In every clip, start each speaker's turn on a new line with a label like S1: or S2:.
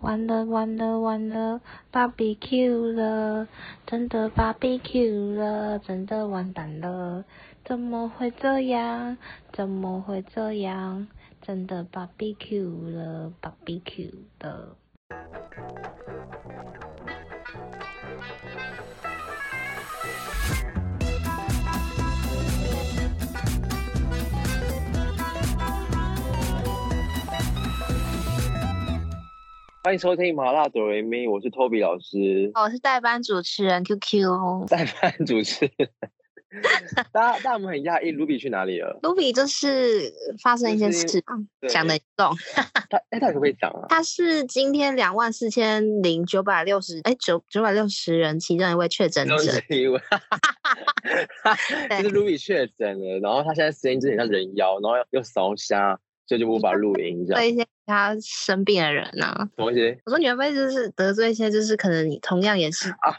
S1: 完了完了完了，barbecue 了，真的 barbecue 了，真的完蛋了，怎么会这样？怎么会这样？真的 barbecue 了，barbecue 了。
S2: 欢迎收听麻辣哆瑞咪，我是 Toby 老师，
S1: 我哦是代班主持人 QQ。
S2: 代 班主持人。大家，大家我们很讶异，卢比去哪里了？
S1: 卢比就是发生一件事啊，
S2: 对
S1: 讲的重。
S2: 他哎，他可不可以讲啊？
S1: 他是今天两万四千零九百六十，哎，九九百六十人其中一位确诊
S2: 都
S1: 者
S2: 是。因 为，就是卢比确诊了，然后他现在声音之前他人妖，然后又烧瞎，所以就无法录音这样。
S1: 对一些他生病的人呢、
S2: 什么东西？
S1: 我说你会不会就是得罪一些，就是可能你同样也 是
S2: 啊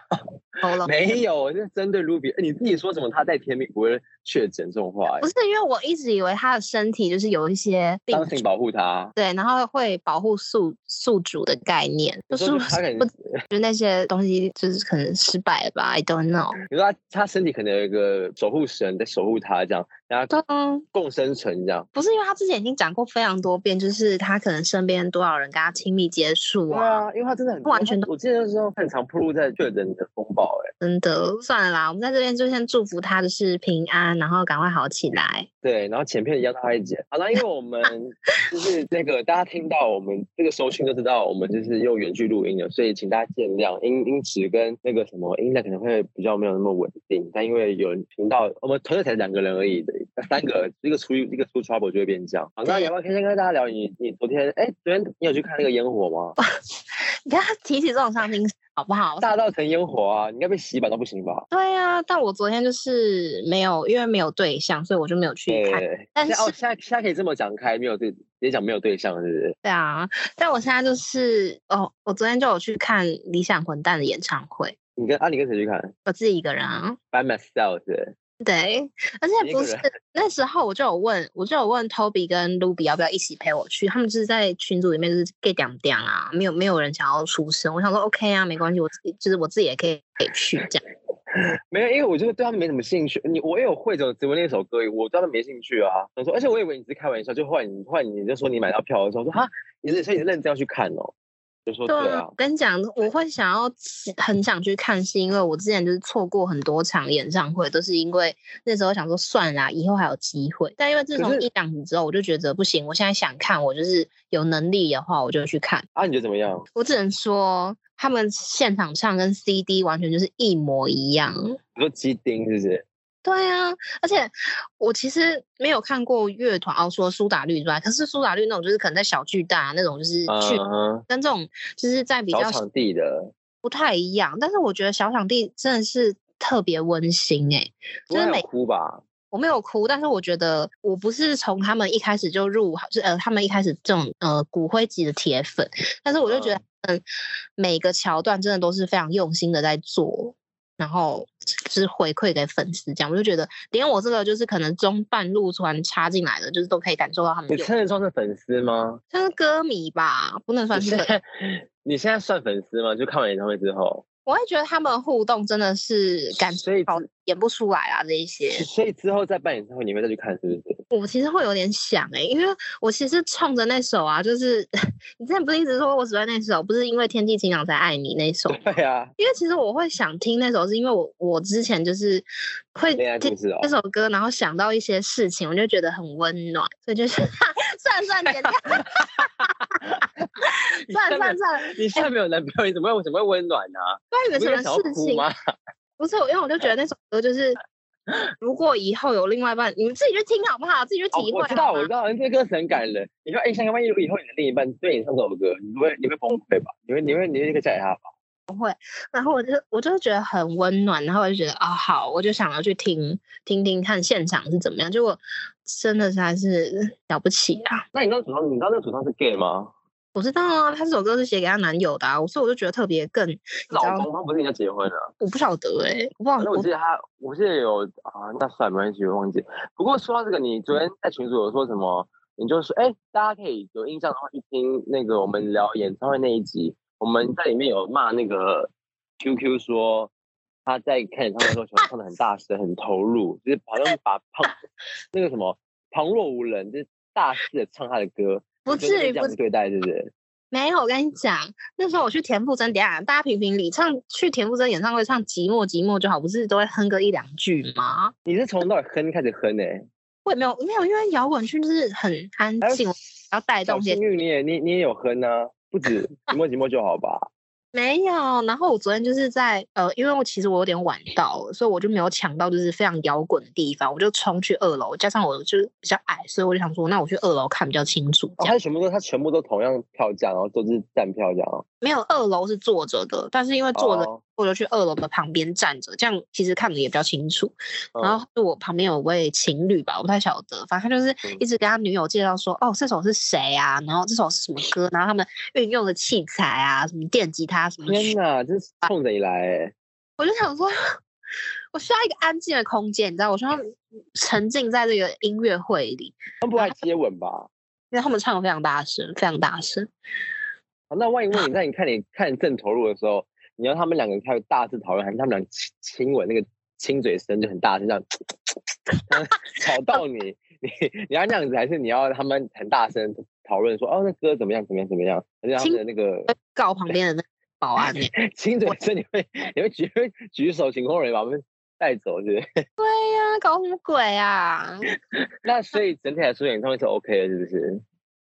S1: 喉咙？
S2: 没有，我是针对卢比。哎你自己说什么？他在天命不会确诊这种话、哎
S1: 不是，因为我一直以为他的身体就是有一些病
S2: 当，心保护他。
S1: 对，然后会保护宿宿主的概念，就
S2: 你
S1: 是
S2: 说他可能
S1: 不，就那些东西就是可能失败了吧？I don't know。
S2: 你说他他身体可能有一个守护神在守护他，这样让他
S1: 对啊，
S2: 共生存这样。
S1: 不是因为他之前已经讲过非常多遍，就是他可能身边多少人跟他亲密接触
S2: 对
S1: 啊，
S2: 啊，因为他真的很
S1: 完全
S2: 我记得那时候很常铺路在确诊的风暴、哎，
S1: 真的算了啦，我们在这边就先祝福他的是平安，然后赶快好起来。
S2: 对，然后前片一样他会剪。好了，因为我们就是那个大家听到我们这个收讯就知道我们就是用远距录音的，所以请大家见谅，音音质跟那个什么音量可能会比较没有那么稳定。但因为有人频道，我们团队才两个人而已，三个，一个出一个出 trouble 就会变这样。好，那
S1: 对
S2: 要不要先跟大家聊你你昨天哎，昨天你有去看那个烟火吗？
S1: 你不要提起这种伤心事好不好？
S2: 大稻城烟火啊，你应该被洗版到不行吧？
S1: 对啊，但我昨天就是没有，因为没有对象，所以我就没有去看。
S2: 对，
S1: 但
S2: 现在哦，
S1: 是
S2: 现在现在可以这么讲开，没有对，也讲没有对象是不是？
S1: 对啊，但我现在就是哦，我昨天就有去看理想混蛋的演唱会，
S2: 你跟啊，你跟谁去看
S1: 我自己一个人啊。
S2: ？By myself 是不是
S1: 对，而
S2: 你一
S1: 且
S2: 个
S1: 不是
S2: 人
S1: 那时候我就有问，我就有问 Toby 跟 Ruby 要不要一起陪我去，他们就是在群组里面就是 get 点点啊，没有没有人想要出声，我想说 OK 啊，没关系，我自己就是我自己也可以可以去这样。
S2: 没有，因为我就是对他们没什么兴趣。你我也有会走只闻那首歌，我对他们没兴趣啊。他说，而且我以为你是开玩笑，就后来你后来你就说你买到票的时候，我说哈，你是所以你认真要去看哦。就说对
S1: 啊，
S2: 啊
S1: 我，跟你讲，我会想要很想去看，是因为我之前就是错过很多场演唱会，都是因为那时候想说算啦，以后还有机会。但因为自
S2: 可
S1: 从
S2: 是
S1: 一两年之后，我就觉得不行，我现在想看，我就是有能力的话，我就去看。
S2: 啊，你觉得怎么样？
S1: 我只能说，他们现场唱跟 CD 完全就是一模一样。
S2: 你说鸡丁是不是？
S1: 对啊，而且我其实没有看过乐团哦，除了苏打绿之外，可是苏打绿那种就是可能在小巨蛋啊那种，就是去、
S2: 嗯哼，
S1: 跟这种就是在比
S2: 小
S1: 较
S2: 场地的，
S1: 不太一样。但是我觉得小场地真的是特别温馨欸诶、
S2: 不
S1: 就是
S2: 会
S1: 每
S2: 有哭吧？
S1: 我没有哭，但是我觉得我不是从他们一开始就入，就呃，他们一开始这种呃骨灰级的铁粉，但是我就觉得，嗯，每个桥段真的都是非常用心的在做，然后就是回馈给粉丝这样，我就觉得连我这个就是可能中半路突然插进来的，就是都可以感受到他们
S2: 你
S1: 有，
S2: 称得上是粉丝吗？
S1: 像是歌迷吧，不能算
S2: 你
S1: 是
S2: 现
S1: 粉
S2: 在 你现在算粉丝吗？就看完演唱会之后，
S1: 我会觉得他们互动真的是感受
S2: 所以
S1: 到
S2: 之
S1: 演不出来啊这一些。
S2: 所以之后再办演唱会，你们再去看是不是？
S1: 我其实会有点想哎、因为我其实冲着那首啊，就是 你之前不是一直说我喜欢那首，不是因为天气晴朗才爱你那首吗，
S2: 对啊，
S1: 因为其实我会想听那首，是因为我我之前就是会
S2: 恋爱故
S1: 听
S2: 事哦
S1: 那。首歌，然后想到一些事情，我就觉得很温暖，所以就是 算了算了，剪掉
S2: 你
S1: 算了
S2: 现在
S1: 算了算了，
S2: 你现在没有男朋友，你怎么会怎 么会温暖呢、啊？
S1: 关于
S2: 不
S1: 什
S2: 是
S1: 么
S2: 想要
S1: 事
S2: 哭
S1: 情？
S2: 吗？ 哦
S1: 不是，因为我就觉得那首歌就是。如果以后有另外一半，你们自己去听好不好？自己去
S2: 哦
S1: 体会、
S2: 我知道，我知道，这歌词很感人。你说，哎、想想万一如果以后你的另一半对你唱这首歌，你会你会崩溃吧？你会你会你会嫁给他吧？
S1: 然后我就我就觉得很温暖，然后我就觉得哦好，我就想要去听听听看现场是怎么样。结果真的是还是了不起啊！
S2: 那你知道主唱，你知道那个主唱是 gay 吗？
S1: 我知道啊，他这首歌是写给她男友的、啊，所以我就觉得特别更，你知
S2: 老
S1: 道，
S2: 公他不是已经结婚啊了？
S1: 我不晓得哎、欸，我忘
S2: 反
S1: 了
S2: 正我记得他，嗯我记得有啊，那算了，没关系，我忘记。不过说到这个，你昨天在群组有说什么？你就说，哎，大家可以有印象的话去听那个我们聊演唱会那一集，我们在里面有骂那个 QQ 说他在看演唱会的时候喜欢唱的很大声、很投入，就是好像把旁那个什么旁若无人，就是大肆的唱他的歌，
S1: 不
S2: 你觉得
S1: 至
S2: 被
S1: 于
S2: 这
S1: 不
S2: 样对待，对不对？
S1: 没有，我跟你讲，那时候我去田馥甄，等一下大家评评理，唱去田馥甄演唱会唱《寂寞寂寞》就好，不是都会哼个一两句吗？
S2: 你是从头到尾哼开始哼诶、
S1: 我也没有没有，因为摇滚区就是很安
S2: 还有
S1: 静，我要带
S2: 小
S1: 动一些
S2: 幸运你也你你也有哼啊，不止 寂寞寂寞就好吧？
S1: 没有，然后我昨天就是在呃，因为我其实我有点晚到了，所以我就没有抢到就是非常摇滚的地方，我就冲去二楼，加上我就是比较矮，所以我就想说，那我去二楼看比较清楚。
S2: 哦
S1: 这样
S2: 他全部都他全部都同样票价，然后都是站票价哦。
S1: 没有二楼是坐着的，但是因为坐着，
S2: 哦
S1: 我就去二楼的旁边站着，这样其实看的也比较清楚。
S2: 嗯
S1: 然后我旁边有位情侣吧，我不太晓得，反正他就是
S2: 嗯
S1: 一直跟他女友介绍说，哦，这首是谁啊？然后这首是什么歌？然后他们运用的器材啊，什么电吉他什么曲
S2: 天哪，真是
S1: 啊
S2: 冲着你来哎！
S1: 我就想说，我需要一个安静的空间，你知道，我需要沉浸在这个音乐会里，
S2: 他们不爱接吻吧？
S1: 因为他们唱的非常大声，非常大声。
S2: 好那万一问你，在你看你看正投入的时候，你要他们两个开始大致讨论，还是他们俩亲亲吻那个亲嘴声就很大声，这样吵到你，你你要那样子，还是你要他们很大声讨论说，哦，那歌怎么样，怎么样，怎么样？还是他们的那个
S1: 告旁边的那个保安 欸
S2: 亲嘴声，你会你会举举手请后人把他们带走，是不是？
S1: 对呀、搞什么鬼啊？
S2: 那所以整体来说，演唱会是 OK 的，是不是？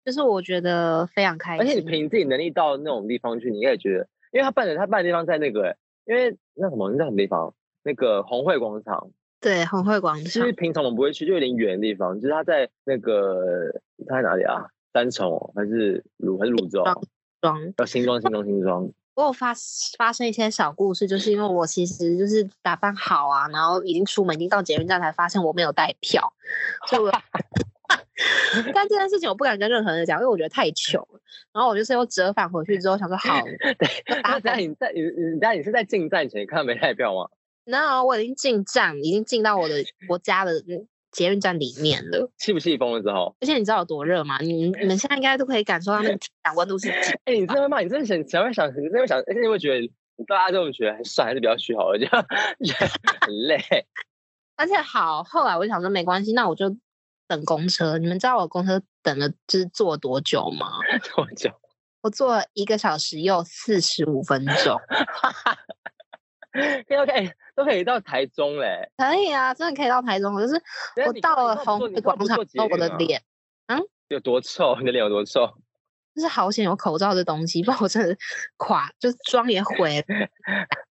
S1: 就是我觉得非常开
S2: 而且你
S1: 心。
S2: 凭自己能力到那种地方去，你应该也觉得，因为他办的他办的地方在那个、因为那什么那叫什么地方？那个红会广场，
S1: 对，红会广
S2: 其
S1: 场
S2: 实平常我们不会去，就有点远的地方，就是他在那个他在哪里啊？三重哦还是泸还是泸州？
S1: 装，
S2: 要新庄新庄新庄。
S1: 我有发发生一些小故事，就是因为我其实就是打扮好啊，然后已经出门，已经到捷运站才发现我没有带票，所 以我 但这件事情我不敢跟任何人讲，因为我觉得太糗了。然后我就是又折返回去之后，想说好，
S2: 对，
S1: 打
S2: 那等下你在你你等下你是在进站前看没带票吗？
S1: 那我已经进站，已经进到我的我家的嗯捷运站里面了。
S2: 气不气疯了之后？
S1: 而且你知道有多热吗？你们你们现在应该都可以感受到那个体感温度是几。
S2: 哎、你真的会骂，你真的想想会想，你真的会想，而且你会觉得你大家这种觉得还是算还是比较虚好了，就觉得 很累。
S1: 而且好，后来我就想说没关系，那我就等公车。你们知道我公车等了就是坐多久吗？
S2: 多久？
S1: 我坐了一个小时又四十五分钟。
S2: 可以到哎，都可以到台中嘞。
S1: 可以啊，真的可以到台中。我就是
S2: 等下
S1: 我
S2: 你
S1: 到
S2: 你
S1: 了
S2: 到底
S1: 红
S2: 坐你
S1: 会
S2: 到底
S1: 广场
S2: 坐
S1: 之后，
S2: 捷
S1: 我的
S2: 运啊
S1: 脸
S2: 有多臭？ 你的脸有多臭？
S1: 就是好险有口罩这东西，不然我真的 垮，就是妆也毁 了。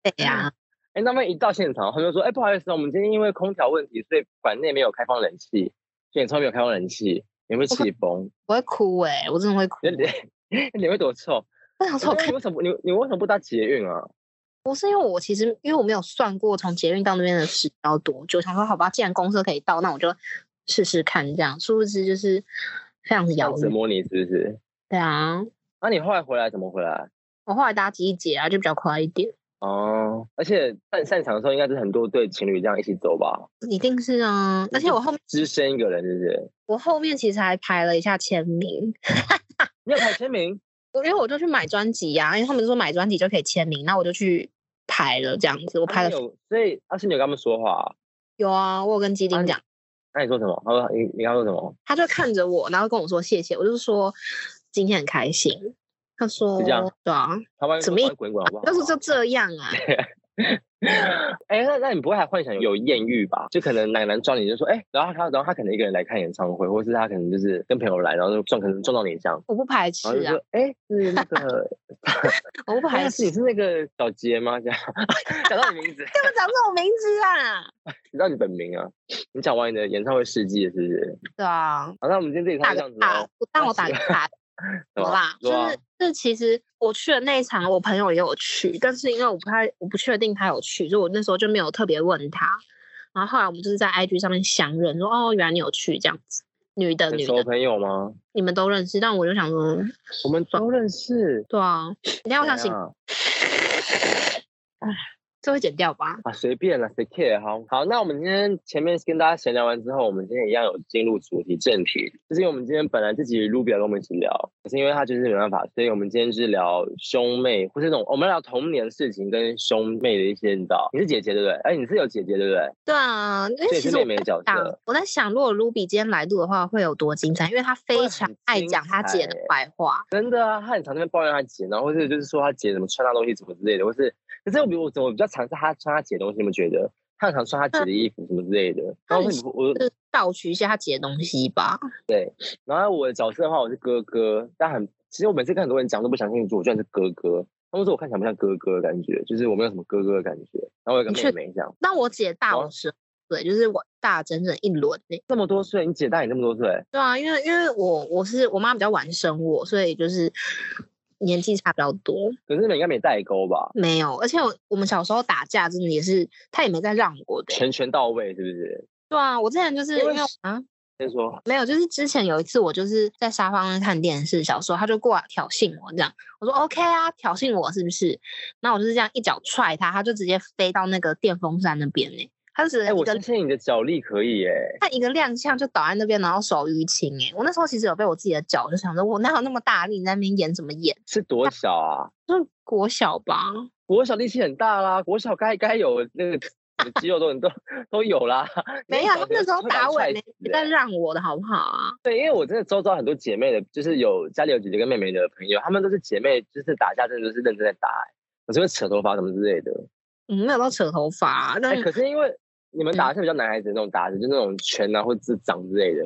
S1: 对呀、
S2: 哎、那么一到现场，他们就说：“哎、不好意思哦，我们今天因为空调问题，所以馆内没有开放冷气，所以演唱会没有开放冷气，你会气疯，
S1: 我会哭哎、我真的会哭
S2: 你。的脸 你脸会多臭？
S1: 我想
S2: 我
S1: 说，
S2: 说
S1: 我看
S2: 你为什么你你为什么不搭捷运啊？
S1: 不是因为我其实因为我没有算过从捷运到那边的时间要多久，想说好吧，既然公车可以到，那我就试试看这样。殊不知就是非常的
S2: 要
S1: 遥
S2: 折
S1: 远。
S2: 磨你是不是？
S1: 对啊，
S2: 那、你后来回来怎么回来？
S1: 我后来搭机捷啊，就比较快一点。
S2: 哦，而且散散场的时候，应该是很多对情侣这样一起走吧，
S1: 一定是啊，而且我后面
S2: 只身一个人，是不是？
S1: 我后面其实还排了一下签名，
S2: 你要排签名？
S1: 我因为我就去买专辑呀、因为他们说买专辑就可以签名，那我就去排了这样子。我
S2: 我
S1: 排了、
S2: 啊有，所以阿信、你有跟他们说话啊、
S1: 有啊，我有跟基
S2: 啊
S1: 丁
S2: 你
S1: 讲。
S2: 那你说什么？他说你你刚刚说什么？
S1: 他就看着我，然后跟我说谢谢，我就说今天很开心。他说
S2: 这样
S1: 对啊，
S2: 台湾
S1: 怎么一
S2: 滚滚好不好？
S1: 他说就这样啊，
S2: 哎、那那你不会还幻想有艳遇吧？就可能奶男撞你，就说哎、然后他然后他可能一个人来看演唱会，或是他可能就是跟朋友来，然后就撞可能撞到你这样，
S1: 我不排斥
S2: 然后就
S1: 啊
S2: 说，哎、是那个
S1: 我 不
S2: 哎
S1: 排
S2: 是
S1: 斥
S2: 你。是那个小杰吗？这样讲到你名字，
S1: 干嘛讲这种名字啊？
S2: 讲到你本名啊，你讲完你的演唱会事迹了是不是？
S1: 对啊，
S2: 好，那我们今天这一
S1: 打
S2: 哦场就这样子哦，，那
S1: 个卡我让我打
S2: 是
S1: 个卡， 怎么
S2: 吧
S1: 啦？
S2: 说
S1: 就
S2: 啊
S1: 是这其实我去的那一场，我朋友也有去，但是因为我不太我不确定他有去，所以我那时候就没有特别问他。然后后来我们就是在 IG 上面相认，说哦，原来你有去这样子，女的
S2: 很
S1: 女
S2: 熟的
S1: 的，
S2: 朋友吗？
S1: 你们都认识，但我就想说，啊
S2: 我
S1: 哦
S2: 们都认识。啊
S1: 对啊，你看我想请
S2: 怎样
S1: 这会剪掉吧？
S2: 啊，随便了，谁 care？好好，那我们今天前面跟大家闲聊完之后，我们今天一样有进入主题正题，就是因为我们今天本来自己 Ruby 要跟我们一起聊，可是因为他就是没办法，所以我们今天是聊兄妹，或是那种我们聊童年的事情跟兄妹的一些，你知道？你是姐姐对不对？哎、你是有姐姐对不对？
S1: 对啊，因
S2: 所
S1: 为
S2: 以
S1: 其
S2: 是
S1: 实我
S2: 妹妹的
S1: 在
S2: 角
S1: 想
S2: 色，
S1: 我在想，如果 Ruby 今天来录的话，会有多精彩？因为她非
S2: 会
S1: 常
S2: 很
S1: 爱
S2: 精
S1: 讲她姐的
S2: 彩
S1: 坏话。
S2: 真的啊，他很常在那边抱怨他姐，然后或是就是说他姐怎么穿他东西怎么之类的，或是可是我比我怎么比较常是他穿他姐的东西，你们觉得？他很常穿他
S1: 嗯
S2: 姐的衣服什么之类的，然后
S1: 那
S2: 我
S1: 你
S2: 说你我
S1: 就是盗取一些她姐的东西吧，
S2: 然后我的角色的话，我是哥哥，但很其实我每次跟很多人讲都不相信，我居然是哥哥。他们说我看起来不像哥哥的感觉，就是我没有什么哥哥的感觉。然后我有个
S1: 你确
S2: 妹妹这样，
S1: 那我姐大我
S2: 哦
S1: 十岁，就是我大整整一轮欸
S2: 这么多岁，你姐大你这么多岁，
S1: 对啊，因为因为我我是我妈比较晚生我，所以就是年纪差比较多。
S2: 可是你们应该没代沟吧？
S1: 没有，而且我我们小时候打架真的也是，她也没在让我的欸、
S2: 拳拳到位是不是？
S1: 对啊，我之前就是
S2: 因
S1: 因
S2: 为
S1: 为我啊。
S2: 先说
S1: 没有，就是之前有一次，我就是在沙发上看电视，小时候他就过来挑衅我，这样我说 OK 啊，挑衅我是不是？那我就是这样一脚踹他，他就直接飞到那个电风扇那边呢、欸他就直
S2: 哎、
S1: 接一
S2: 我
S1: 个、
S2: 相信你的脚力可以耶、
S1: 他一个踉跄就倒在那边，然后手淤青哎、我那时候其实有被我自己的脚，就想着我哪有那么大力，你在那边演什么演？
S2: 是多小啊？
S1: 就是国小吧，
S2: 国小力气很大啦，国小该该有那个 肌肉都很都都有啦。
S1: 没有，他那时候打我也没没在
S2: 但是。
S1: 让我的好不好啊？
S2: 对，因为我真的周遭很多姐妹的，就是有家里有姐姐跟妹妹的朋友，她们都是姐妹，就是打架真的都是认真在打、欸，有时候会扯头发什么之类的。
S1: 嗯，没有到扯头发啊、但
S2: 哎、可是因为你们打的是比较男孩子的那种打的，就那种拳啊或者是掌之类的。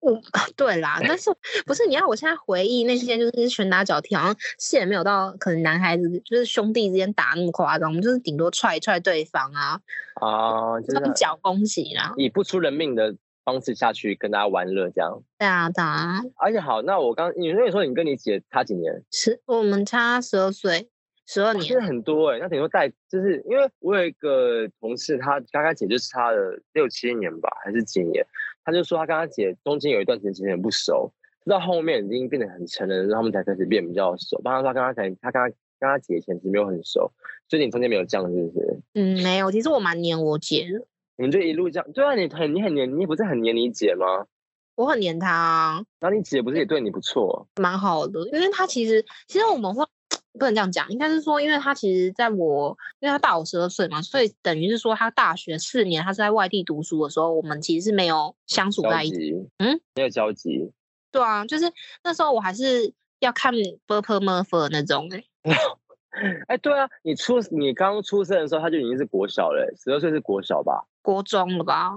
S1: 我对啦，但是不是你要我现在回忆那些就是拳打脚踢，好像是也没有到可能男孩子就是兄弟之间打那么夸张，我们就是顶多踹一踹对方啊，
S2: 啊，就
S1: 用
S2: 是
S1: 脚攻击啦，
S2: 以不出人命的方式下去跟大家玩乐这样。
S1: 对啊，打啊，
S2: 而且好，那我刚你那你说你跟你姐差几年？
S1: 十我们差十二岁，十二
S2: 真
S1: 年
S2: 的很多哎、那等于说带，就是因为我有一个同事，他跟他姐就差了六七年吧，还是几年，他就说他跟他姐中间有一段时间其实很不熟，直到后面已经变得很成人的时候，他们才开始变比较熟。不然他说他跟他姐，他跟他跟他姐以前其实没有很熟，所以你中间没有这样，是不是？
S1: 嗯，没有，其实我蛮黏我姐的，
S2: 你们就一路这样，对啊，你很你很黏，你不是很黏你姐吗？
S1: 我很黏她、啊，
S2: 然后你姐不是也对你不 错？
S1: 蛮好的，因为她其实其实我们会。不能这样讲，应该是说，因为她其实在我，因为她大我十二岁嘛，所以等于是说，她大学四年，她是在外地读书的时候，我们其实是没有相处
S2: 交
S1: 在一起。
S2: 集，
S1: 嗯，
S2: 没有交集。
S1: 对啊，就是那时候我还是要看 Burper Murphy 那种、欸，
S2: 哎，对啊，你出你刚出生的时候，他就已经是国小了、欸十二岁是国小吧？
S1: 国中了吧？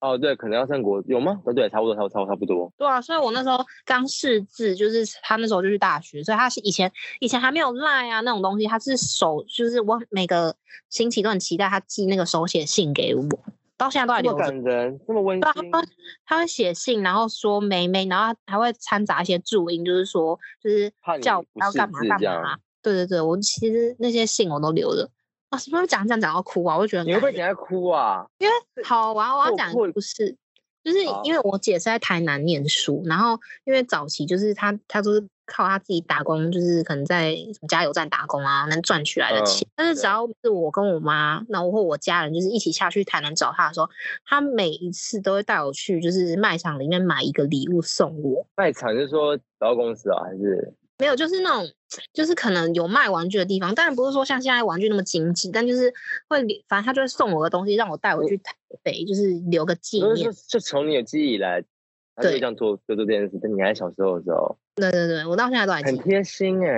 S2: 哦，对，可能要上国有吗？哦，对，差不多，差不多，差不多。
S1: 对啊，所以我那时候刚识字，就是他那时候就去大学，所以他是以前以前还没有赖啊那种东西，他是手，就是我每个星期都很期待他寄那个手写信给我，到现在都还
S2: 这
S1: 留
S2: 么
S1: 着。
S2: 感人，这么温
S1: 对啊，
S2: 馨
S1: 他。会他会写信，然后说梅梅，然后还会掺杂一些注音，就是说就是
S2: 怕你
S1: 叫我
S2: 不
S1: 要
S2: 识
S1: 干嘛
S2: 字
S1: 干
S2: 这样
S1: 嘛。对对对，我其实那些信我都留着。啊，什么讲讲讲到哭啊，我就觉得很
S2: 你会不会
S1: 感人
S2: 等一下哭啊？
S1: 好，我要我要
S2: 破
S1: 讲一
S2: 破
S1: 个故事，就是
S2: 好
S1: 因为我姐是在台南念书，然后因为早期就是她她都是靠她自己打工，就是可能在什么加油站打工啊，能赚取来的
S2: 嗯
S1: 钱。但是只
S2: 对
S1: 要是我跟我妈，然后或我家人就是一起下去台南找她的时候，她每一次都会带我去就是卖场里面买一个礼物送我。
S2: 卖场就是说百货公司啊，还是
S1: 没有，就是那种，就是可能有卖玩具的地方，当然不是说像现在玩具那么精致，但就是会留，反正他就会送我个东西，让我带回去台北，就是留个纪
S2: 就是
S1: 念
S2: 说。就从你有记忆以来，他就
S1: 对
S2: 这样做就做这件事。但你还小时候的时候，
S1: 对对对，我到现在都还记
S2: 很
S1: 得。
S2: 贴心哎、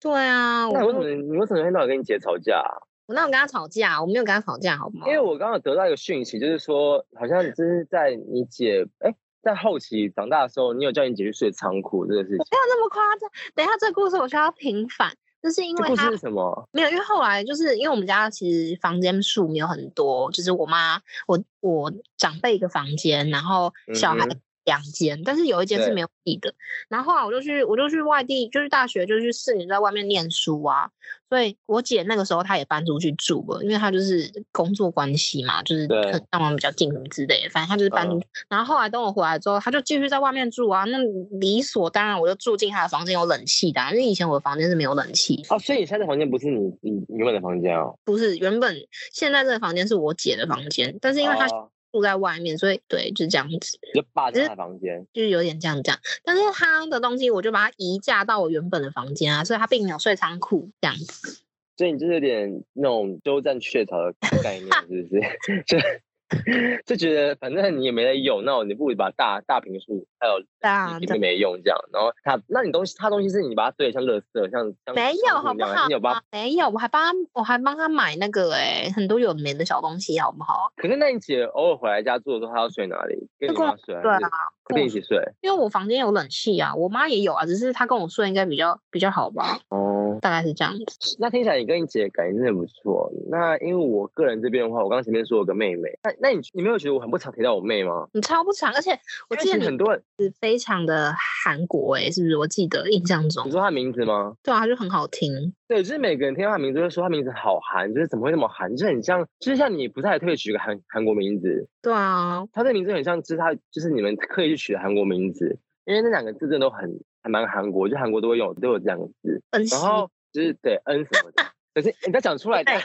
S1: 对啊，我
S2: 那你为什
S1: 我
S2: 么你为什么会到底跟你姐吵架啊、
S1: 我那有跟他吵架，我没有跟他吵架，好吗？
S2: 因为我刚刚有得到一个讯息，就是说好像
S1: 嗯
S2: 就是在你姐哎、在后期长大的时候，你有叫你姐去睡仓库这个事情。
S1: 没有那么夸张。等一下，这个故事我需要平反，就是哦因
S2: 这
S1: 为
S2: 故事
S1: 他
S2: 是什么？
S1: 没有，因为后来就是因为我们家其实房间数没有很多，就是我妈我我长辈一个房间，然后小孩
S2: 嗯哼
S1: 两间，但是有一间是没有地的。然后后来我就去，我就去外地，就是大学就去四年在外面念书啊。所以我姐那个时候她也搬出去住了，因为她就是工作关系嘛，就是
S2: 对嗯
S1: 可能让我们比较近什么之类的。反正她就是搬出去。然后后来等我回来之后，她就继续在外面住啊。那理所当然，我就住进她的房间有冷气的、啊，因为以前我的房间是没有冷气，
S2: 哦，所以你现在的房间不是你你你原本的房间哦？
S1: 不是原本现在这个房间是我姐的房间，但是因为她
S2: 哦
S1: 住在外面，所以对，就这样子。
S2: 你就霸占他的房间，
S1: 就是有点这样讲，但是他的东西我就把它移架到我原本的房间啊，所以他并没有睡仓库这样子。
S2: 所以你就是有点那种鸠占鹊巢的概念，是不是？ 就就觉得反正你也没在用，那我你不如把大大平数还有
S1: 对啊，
S2: 你
S1: 这
S2: 并没用这样，然后他那你东西他东西是你把它堆得像垃圾，像像
S1: 没
S2: 仓
S1: 有
S2: 库
S1: 好不
S2: 那样
S1: 好啊
S2: 你有把它？
S1: 没有，我还帮他，我还帮他买那个哎、很多有名的小东西，好不好？
S2: 可是那你姐偶尔回来家住的时候，她要睡哪里？跟
S1: 就
S2: 你
S1: 跟
S2: 妈
S1: 我
S2: 睡还
S1: 对啊
S2: 是，
S1: 跟
S2: 跟
S1: 我
S2: 你一起睡？
S1: 因为我房间有冷气啊，我妈也有啊，只是她跟我睡应该比较比较好吧，
S2: 哦，
S1: 大概是这样子。
S2: 那听起来你跟你姐感情真的不错。那因为我个人这边的话，我刚刚前面说有个妹妹，那那你你没有觉得我很不常提到我妹吗？
S1: 你超不长，而且我
S2: 因为
S1: 记得
S2: 其实很
S1: 你
S2: 多人，
S1: 是非常的韩国哎、是不是？我记得印象
S2: 你
S1: 中，
S2: 说她名字吗？
S1: 对啊，就很好听。
S2: 对，就是每个人听到她名字都会说她名字好韩，就是怎么会那么韩？就是很像，就是像你不是还特别取个韩韩国名字，
S1: 对啊，
S2: 她这名字很像，就是她就是你们刻意去取的韩国名字，因为那两个字真的都很还蛮韩国，就韩国都会有都有这两个字，
S1: 恩熙
S2: 然后就是对 N 什么的， 可是你再讲出来的
S1: 对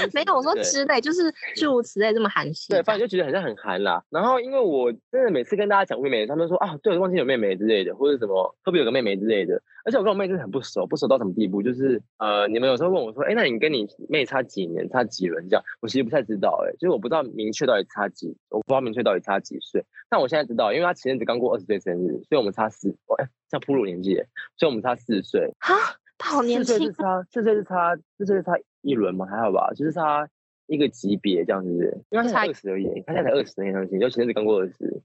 S2: N
S1: 没
S2: 什
S1: 有，
S2: 么
S1: 我说
S2: 对嗯
S1: 之类，就是诸如此类这么韩系这
S2: 对，
S1: 样。
S2: 反正就觉得好像很韩啦。然后因为我真的每次跟大家讲妹妹，他们说啊，对，忘记有妹妹之类的，或者什么特别有个妹妹之类的。而且我跟我妹真的很不熟，不熟到什么地步，就是呃，你们有时候问我说，哎，那你跟你妹差几年，差几轮这样，我其实不太知道、哎，就是我不知道明确到底差几，我不知道明确到底差几岁。但我现在知道，因为她前阵子刚过二十岁生日，所以我们差四，哎，像哺乳年纪耶，所以我们差四岁。
S1: 啊，他 好年
S2: 四岁是
S1: 轻，
S2: 差，
S1: 啊
S2: 四岁是差，四岁是差一轮吗？还好吧，就是差一个级别这样子，因为他现在
S1: 差一
S2: 二十而已，他现在才二十那东西，就前阵子刚过二十，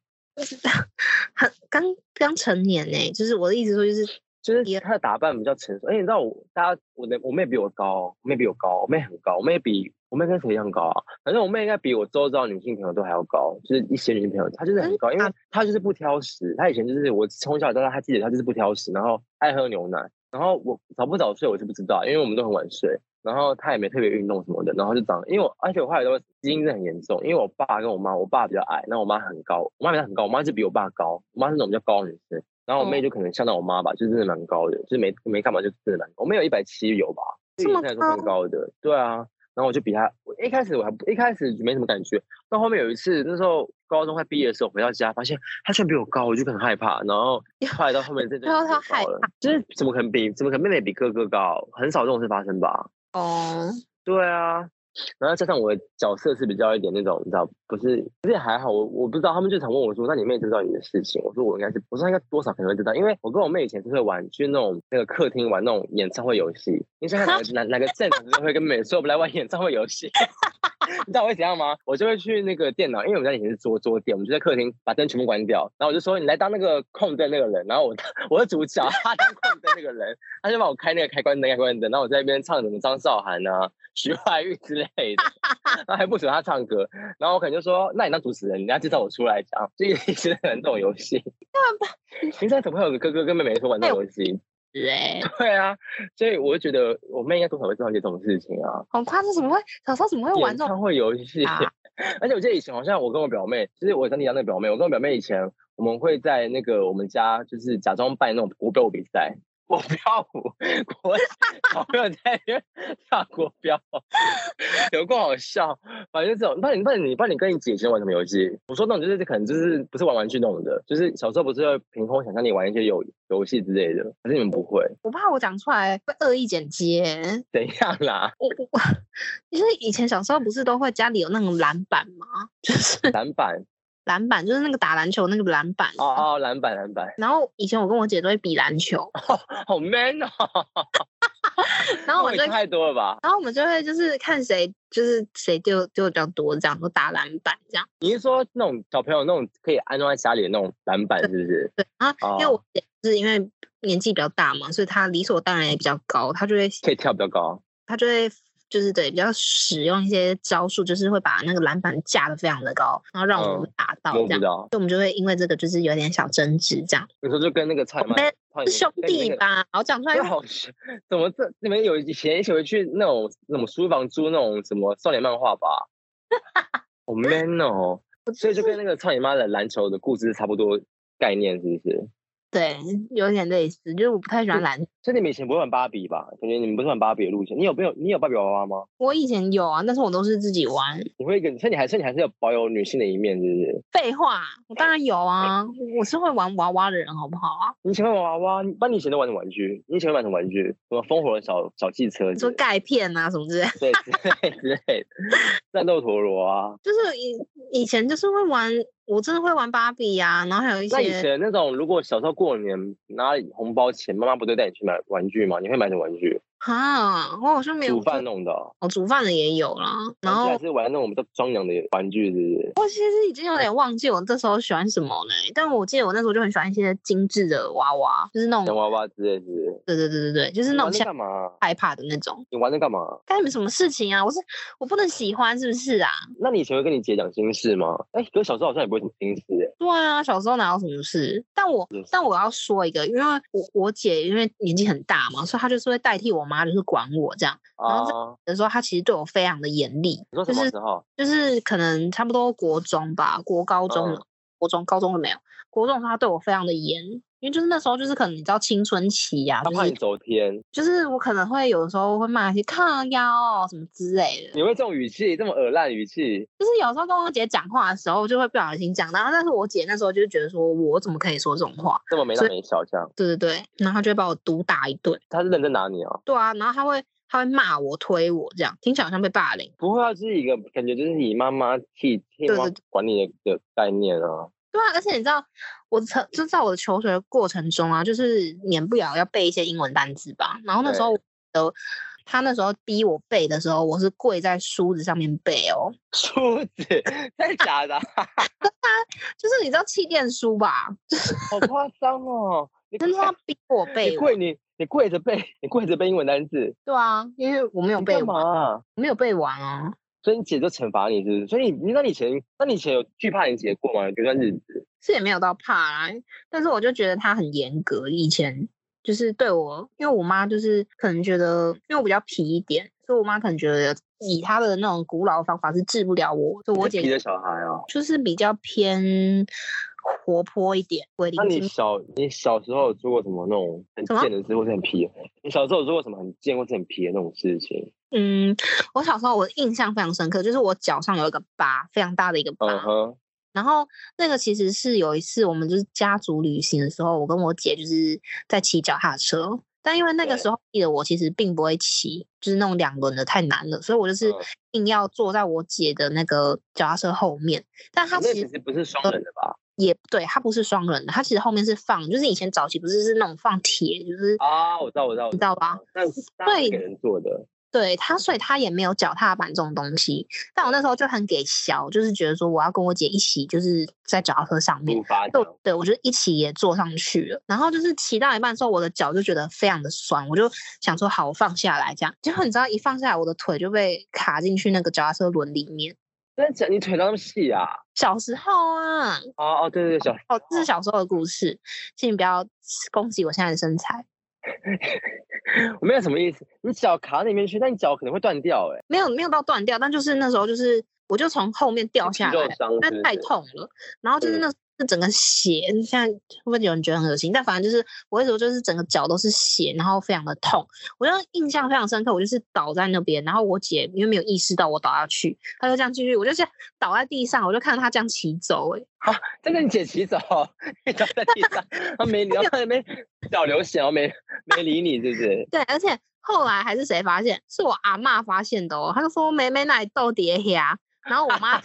S1: 很刚刚成年呢、就是我的意思说，就是
S2: 就是
S1: 也
S2: 他的打扮比较成熟。哎、你知道我，大家我的我妹比我高，我妹比我高，我妹很高，我妹比我妹跟谁一样高啊？反正我妹应该比我周遭的女性朋友都还要高，就是一些女性朋友，她就是很
S1: 真
S2: 高，因为
S1: 假
S2: 她就是不挑食，她以前就是我从小到大，她记得她就是不挑食，然后爱喝牛奶，然后我早不早睡我是不知道，因为我们都很晚睡。然后她也没特别运动什么的，然后就长，因为我而且我后来都基因是很严重，因为我爸跟我妈，我爸比较矮，那我妈很高，我妈比她很高，我妈就比我爸高，我妈是那种比较高的女生，然后我妹
S1: 哦
S2: 就可能像到我妈吧，就真的蛮高的，就是没没干嘛就真的蛮高，我妹有一百七有吧，
S1: 这
S2: 对
S1: 么
S2: 女生来说算高的，对啊。然后我就比她，我一开始我还不一开始没什么感觉，到后面有一次那时候高中快毕业的时候回到家，发现她居然比我高，我就很害怕。然后后来到后面真的
S1: 然后她
S2: 高
S1: 害
S2: 了，就是怎么可能比怎么可能妹妹比哥哥高？很少这种事发生吧？
S1: 哦，
S2: 对啊，然后加上我的角色是比较一点那种，你知道，不是，而且还好，我我不知道，他们就常问我说，那你妹知不知道你的事情？我说我应该是，我说她应该多少可能会知道，因为我跟我妹以前是会玩，去那种那个客厅玩那种演唱会游戏，你想想哪 个哪哪个正常就会跟妹妹说，我们来玩演唱会游戏。 你知道我会怎样吗？我就会去那个电脑，因为我们家以前是桌桌垫，我们就在客厅把灯全部关掉，然后我就说你来当那个控灯那个人，然后我当我是主角，他当控灯那个人，他就帮我开那个开关灯、开关灯，然后我在那边唱什么张韶涵啊、徐怀钰之类的， 然后还不准他唱歌，然后我可能就说那你当主持人，你要介绍我出来讲，就一直很这种游 戏。
S1: 啊
S2: 平常怎么会有个哥哥跟妹妹说
S1: 哎
S2: 玩这种游戏？
S1: 是哎、
S2: 对啊，所以我就觉得我妹应该多少会知道一些这种事情啊。
S1: 好夸张，怎么会小时候怎么会玩
S2: 演
S1: 这种
S2: 唱会游戏。
S1: 啊
S2: 而且我记得以前好像我跟我表妹，就是我跟你讲那个表妹，我跟我表妹以前我们会在那个我们家就是假装办那种国标舞比赛，国标舞， 国小朋友在那边跳国标，有够好笑。反正这种，那你那你那你跟你姐以前玩什么游戏？我说那种就是可能就是不是玩玩具那种的，就是小时候不是会凭空想象你玩一些游游戏之类的，可是你们不会，
S1: 我怕我讲出来会恶意剪接。
S2: 怎样啦？
S1: 我我，就是以前小时候不是都会家里有那种篮板吗？就是
S2: 篮板，
S1: 篮板，就是那个打篮球那个篮板。
S2: 哦哦，篮板篮板，
S1: 然后以前我跟我姐都会比篮球，
S2: 好 man 哦！
S1: 然后我
S2: 也
S1: 就会
S2: 太多了吧？
S1: 然后我们就会就是看谁就是谁丢丢得比较多，这样都打篮板这样。
S2: 你是说那种小朋友那种可以安装在家里的那种篮板，是不是？
S1: 对啊，因为
S2: 哦
S1: 我姐是因为年纪比较大嘛，所以她理所当然也比较高，她就会
S2: 可以跳比较高。
S1: 她就会就是对比较使用一些招数，就是会把那个篮板架得非常的高，然后让我们
S2: 嗯
S1: 打到
S2: 摸
S1: 这
S2: 不
S1: 样，
S2: 到。
S1: 所以我们就会因为这个就是有点小争执这样。
S2: 有时候就跟那个蔡
S1: 我
S2: 麦
S1: 们
S2: 蔡
S1: 兄弟， 吧，我讲出来
S2: 那好像，怎么这你们有以前一起回去那种那种书房租那种什么少年漫画 吧？好 man 哦！所以就跟那个操你妈的篮球的故事差不多概念，是不是？
S1: 对，有点类似，就是我不太喜欢
S2: 对
S1: 篮
S2: 所以你们以前不会玩芭比吧？感觉你们不是玩芭比的路线。你有没有你有芭比娃娃吗？
S1: 我以前有啊，但是我都是自己玩。
S2: 你会跟，所以你还是你还是有保有女性的一面，是不是？
S1: 废话，我当然有啊，我是会玩娃娃的人，好不好啊？
S2: 你以前玩娃娃，那你以前都玩什么玩具？你以前会玩什么玩具？什么风火轮小小汽车
S1: 你
S2: 之
S1: 说
S2: 类的，
S1: 钙片啊什么之类，
S2: 对之 类之类的，战斗陀螺啊。
S1: 就是以以前就是会玩，我真的会玩芭比啊，然后还有一
S2: 那以
S1: 些
S2: 前那种，如果小时候过年拿红包钱，妈妈不都带你去买玩具吗？你会买什么玩具？
S1: 啊，我好像没有
S2: 煮饭，哦弄的哦，
S1: 我煮饭的也有啦，然
S2: 还
S1: 后
S2: 是玩那种比较张扬的玩具，是不是？
S1: 我其实已经有点忘记我这时候喜欢什么呢，但我记得我那时候就很喜欢一些精致的娃娃，就是那
S2: 洋
S1: 种，
S2: 娃娃之类，是不是？
S1: 对对对对对，就是
S2: 你
S1: 那
S2: 玩哦
S1: 种
S2: 那
S1: 像
S2: 干嘛？
S1: 害怕的那种，
S2: 你玩那干嘛？
S1: 干你们什么事情啊？我是我不能喜欢是不是啊？
S2: 那你以前会跟你姐讲心事吗？哎、可是小时候好像也不会什么心事、哎，
S1: 对啊，小时候哪有什么事？但我
S2: 也是
S1: 但我要说一个，因为我我姐因为年纪很大嘛，所以她就是会代替我妈，就是管我这样。然
S2: 啊，
S1: 有时候她其实对我非常的严厉，
S2: 你说什
S1: 就
S2: 么
S1: 是
S2: 时候？
S1: 就是可能差不多国中吧，国高中了，
S2: 嗯
S1: 国中高中了没有？国中的时候她对我非常的严，因为就是那时候就是可能你知道青春期呀、
S2: 他
S1: 就
S2: 怕你
S1: 是
S2: 走天，
S1: 就是我可能会有时候会骂一些靠腰哦什么之类的，
S2: 你会这种语气，这么耳烂语气，
S1: 就是有时候跟我姐讲话的时候就会不小心讲到，但是我姐那时候就觉得说我怎么可以说这种话。
S2: 这么没大
S1: 所以
S2: 没小，这样
S1: 对对对，然后他就会把我毒打一顿。
S2: 他是认真拿你啊？
S1: 对啊，然后他会他会骂我、推我，这样听起来好像被霸凌。
S2: 不会啊，就是一个感觉，就是你妈妈替替
S1: 对
S2: 妈
S1: 对
S2: 管你的的概念 啊。
S1: 对啊，而且你知道，我曾就在我的求学的过程中啊，就是免不了要背一些英文单词吧。然后那时候的他那时候逼我背的时候，我是跪在梳子上面背哦，
S2: 梳子，真的假 的啊？
S1: 就是你知道气垫书吧，
S2: 好夸张哦！ 你
S1: 真的他逼我
S2: 你
S1: 背完。
S2: 跪你你跪着背，你跪着背英文单字，
S1: 对啊，因为我没有
S2: 你
S1: 背
S2: 干
S1: 完，
S2: 嘛啊、
S1: 我没有背完啊。
S2: 所以你姐就惩罚你，是不是？所以你那你以前那你以前有惧怕你姐过吗？有段日子，
S1: 是也没有到怕啦，但是我就觉得他很严格。以前就是对我，因为我妈就是可能觉得，因为我比较皮一点，所以我妈可能觉得以她的那种古老的方法是治不了我，所以我
S2: 你是皮
S1: 姐
S2: 的小孩啊。
S1: 就是比较偏活泼一点，鬼
S2: 那
S1: 灵
S2: 你
S1: 精。
S2: 小你小时候有做过什么那种很
S1: 什么
S2: 贱的事，或是很皮的？你小时候有做过什么很贱或是很皮的那种事情？
S1: 嗯，我小时候我印象非常深刻，就是我脚上有一个疤，非常大的一个疤。
S2: 嗯哼，
S1: 然后那个其实是有一次我们就是家族旅行的时候，我跟我姐就是在骑脚踏车，但因为那个
S2: 对
S1: 时候记得我其实并不会骑，就是那种两轮的太难了，所以我就是
S2: 嗯
S1: 硬要坐在我姐的那个脚踏车后面。但她
S2: 哦那其
S1: 其实呃
S2: 实不是双人的吧？
S1: 也对，她不是双人的，她其实后面是放，就是以前早期不是是那种放铁，就是
S2: 啊，我知道，我知道，我
S1: 你知道吧？？
S2: 那那是给人做的，
S1: 对他，所以他也没有脚踏板这种东西。但我那时候就很给小，就是觉得说我要跟我姐一起，就是在脚踏车上面
S2: 不。发
S1: 对
S2: 奖。
S1: 对，我就一起也坐上去了。然后就是骑到一半的时候，我的脚就觉得非常的酸，我就想说好，我放下来这样。结果你知道，一放下来，我的腿就被卡进去那个脚踏车轮里面。
S2: 真的假？你腿那么细啊？
S1: 小时候啊，
S2: 哦哦，对对对， 小
S1: 哦，这是小时候的故事，请你不要攻击我现在的身材。
S2: 我没有什么意思。你脚卡里面去，那你脚可能会断掉、欸，
S1: 没有没有到断掉，但就是那时候就是我就从后面掉
S2: 皮
S1: 下
S2: 肉
S1: 来，
S2: 伤
S1: 那
S2: 是不
S1: 太
S2: 是
S1: 痛了。然后就是
S2: 嗯
S1: 那是整个血，现在会不会有人觉得很恶心？但反正就是我那时候就是整个脚都是血，然后非常的痛。我就印象非常深刻，我就是倒在那边，然后我姐因为没有意识到我倒下去，她就这样继续，我就这样倒在地上，我就看到她这样骑走、欸，
S2: 这个你姐骑走， 你脚在地上，她没 理，她没脚流血，然后没没理你，是不是？
S1: 对，而且后来还是谁发现？是我阿嬷发现的哦。她就说妹妹那里豆碟虾，然后我妈，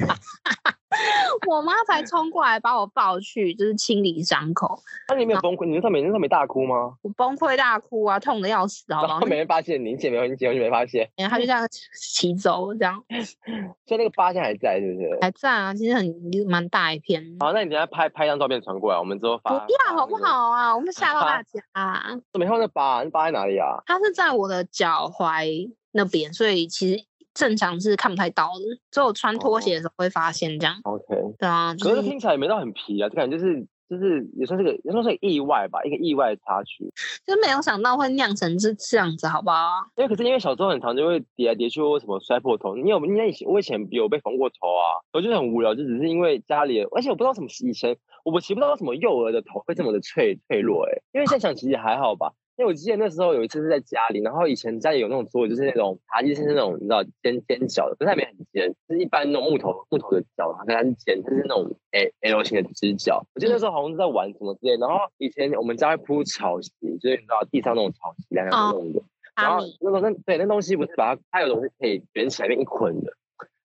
S1: 我妈才冲过来把我抱去，就是清理伤口。
S2: 那你没有崩溃？你那时候没那时候没大哭吗？
S1: 我崩溃大哭啊，痛的要死，好
S2: 然
S1: 不好
S2: 后？没人发现你，你姐没有，你姐完全没发现，
S1: 然后她就这样骑走，这样
S2: 所以那个疤现在还在，是不是？
S1: 还在啊，其实很蛮大一片。
S2: 好，那你等一下拍拍一张照片传过来，我们之后
S1: 不
S2: 发。
S1: 要好不？好啊？我们吓到大家、啊。
S2: 怎么看那疤？那疤在哪里啊？
S1: 它是在我的脚踝那边，所以其实正常是看不太到的，只有穿拖鞋的时候会发现这样。
S2: OK，
S1: 对啊，就
S2: 可是
S1: 是
S2: 听起来也没到很皮啊，这感觉就是就是也算是个也算是个意外吧，一个意外插曲。
S1: 就没有想到会酿成是这样子，好不好？
S2: 因为可是因为小时候很常就会跌来跌去，或什么摔破头。你有你以前我以前有被缝过头啊，我觉得很无聊，就只是因为家里，而且我不知道为什么以前我我其实不知道为什么幼儿的头会这么的脆脆弱哎、因为现在想其实也还好吧。因为我记得那时候有一次是在家里，然后以前家里有那种桌椅，就是那种茶几是那种你知道尖尖角的，可是它没很尖，就是一般那种木头木头的角，然后它是尖，就是那种 L L 型的直角。我记得那时候好像是在玩什么之类，然后以前我们家会铺草席，就是你知道地上那种草席，两两弄的。然
S1: 阿
S2: 后
S1: 米，
S2: 那种那对那东西不是把它，它有种是可以卷起来变一捆的。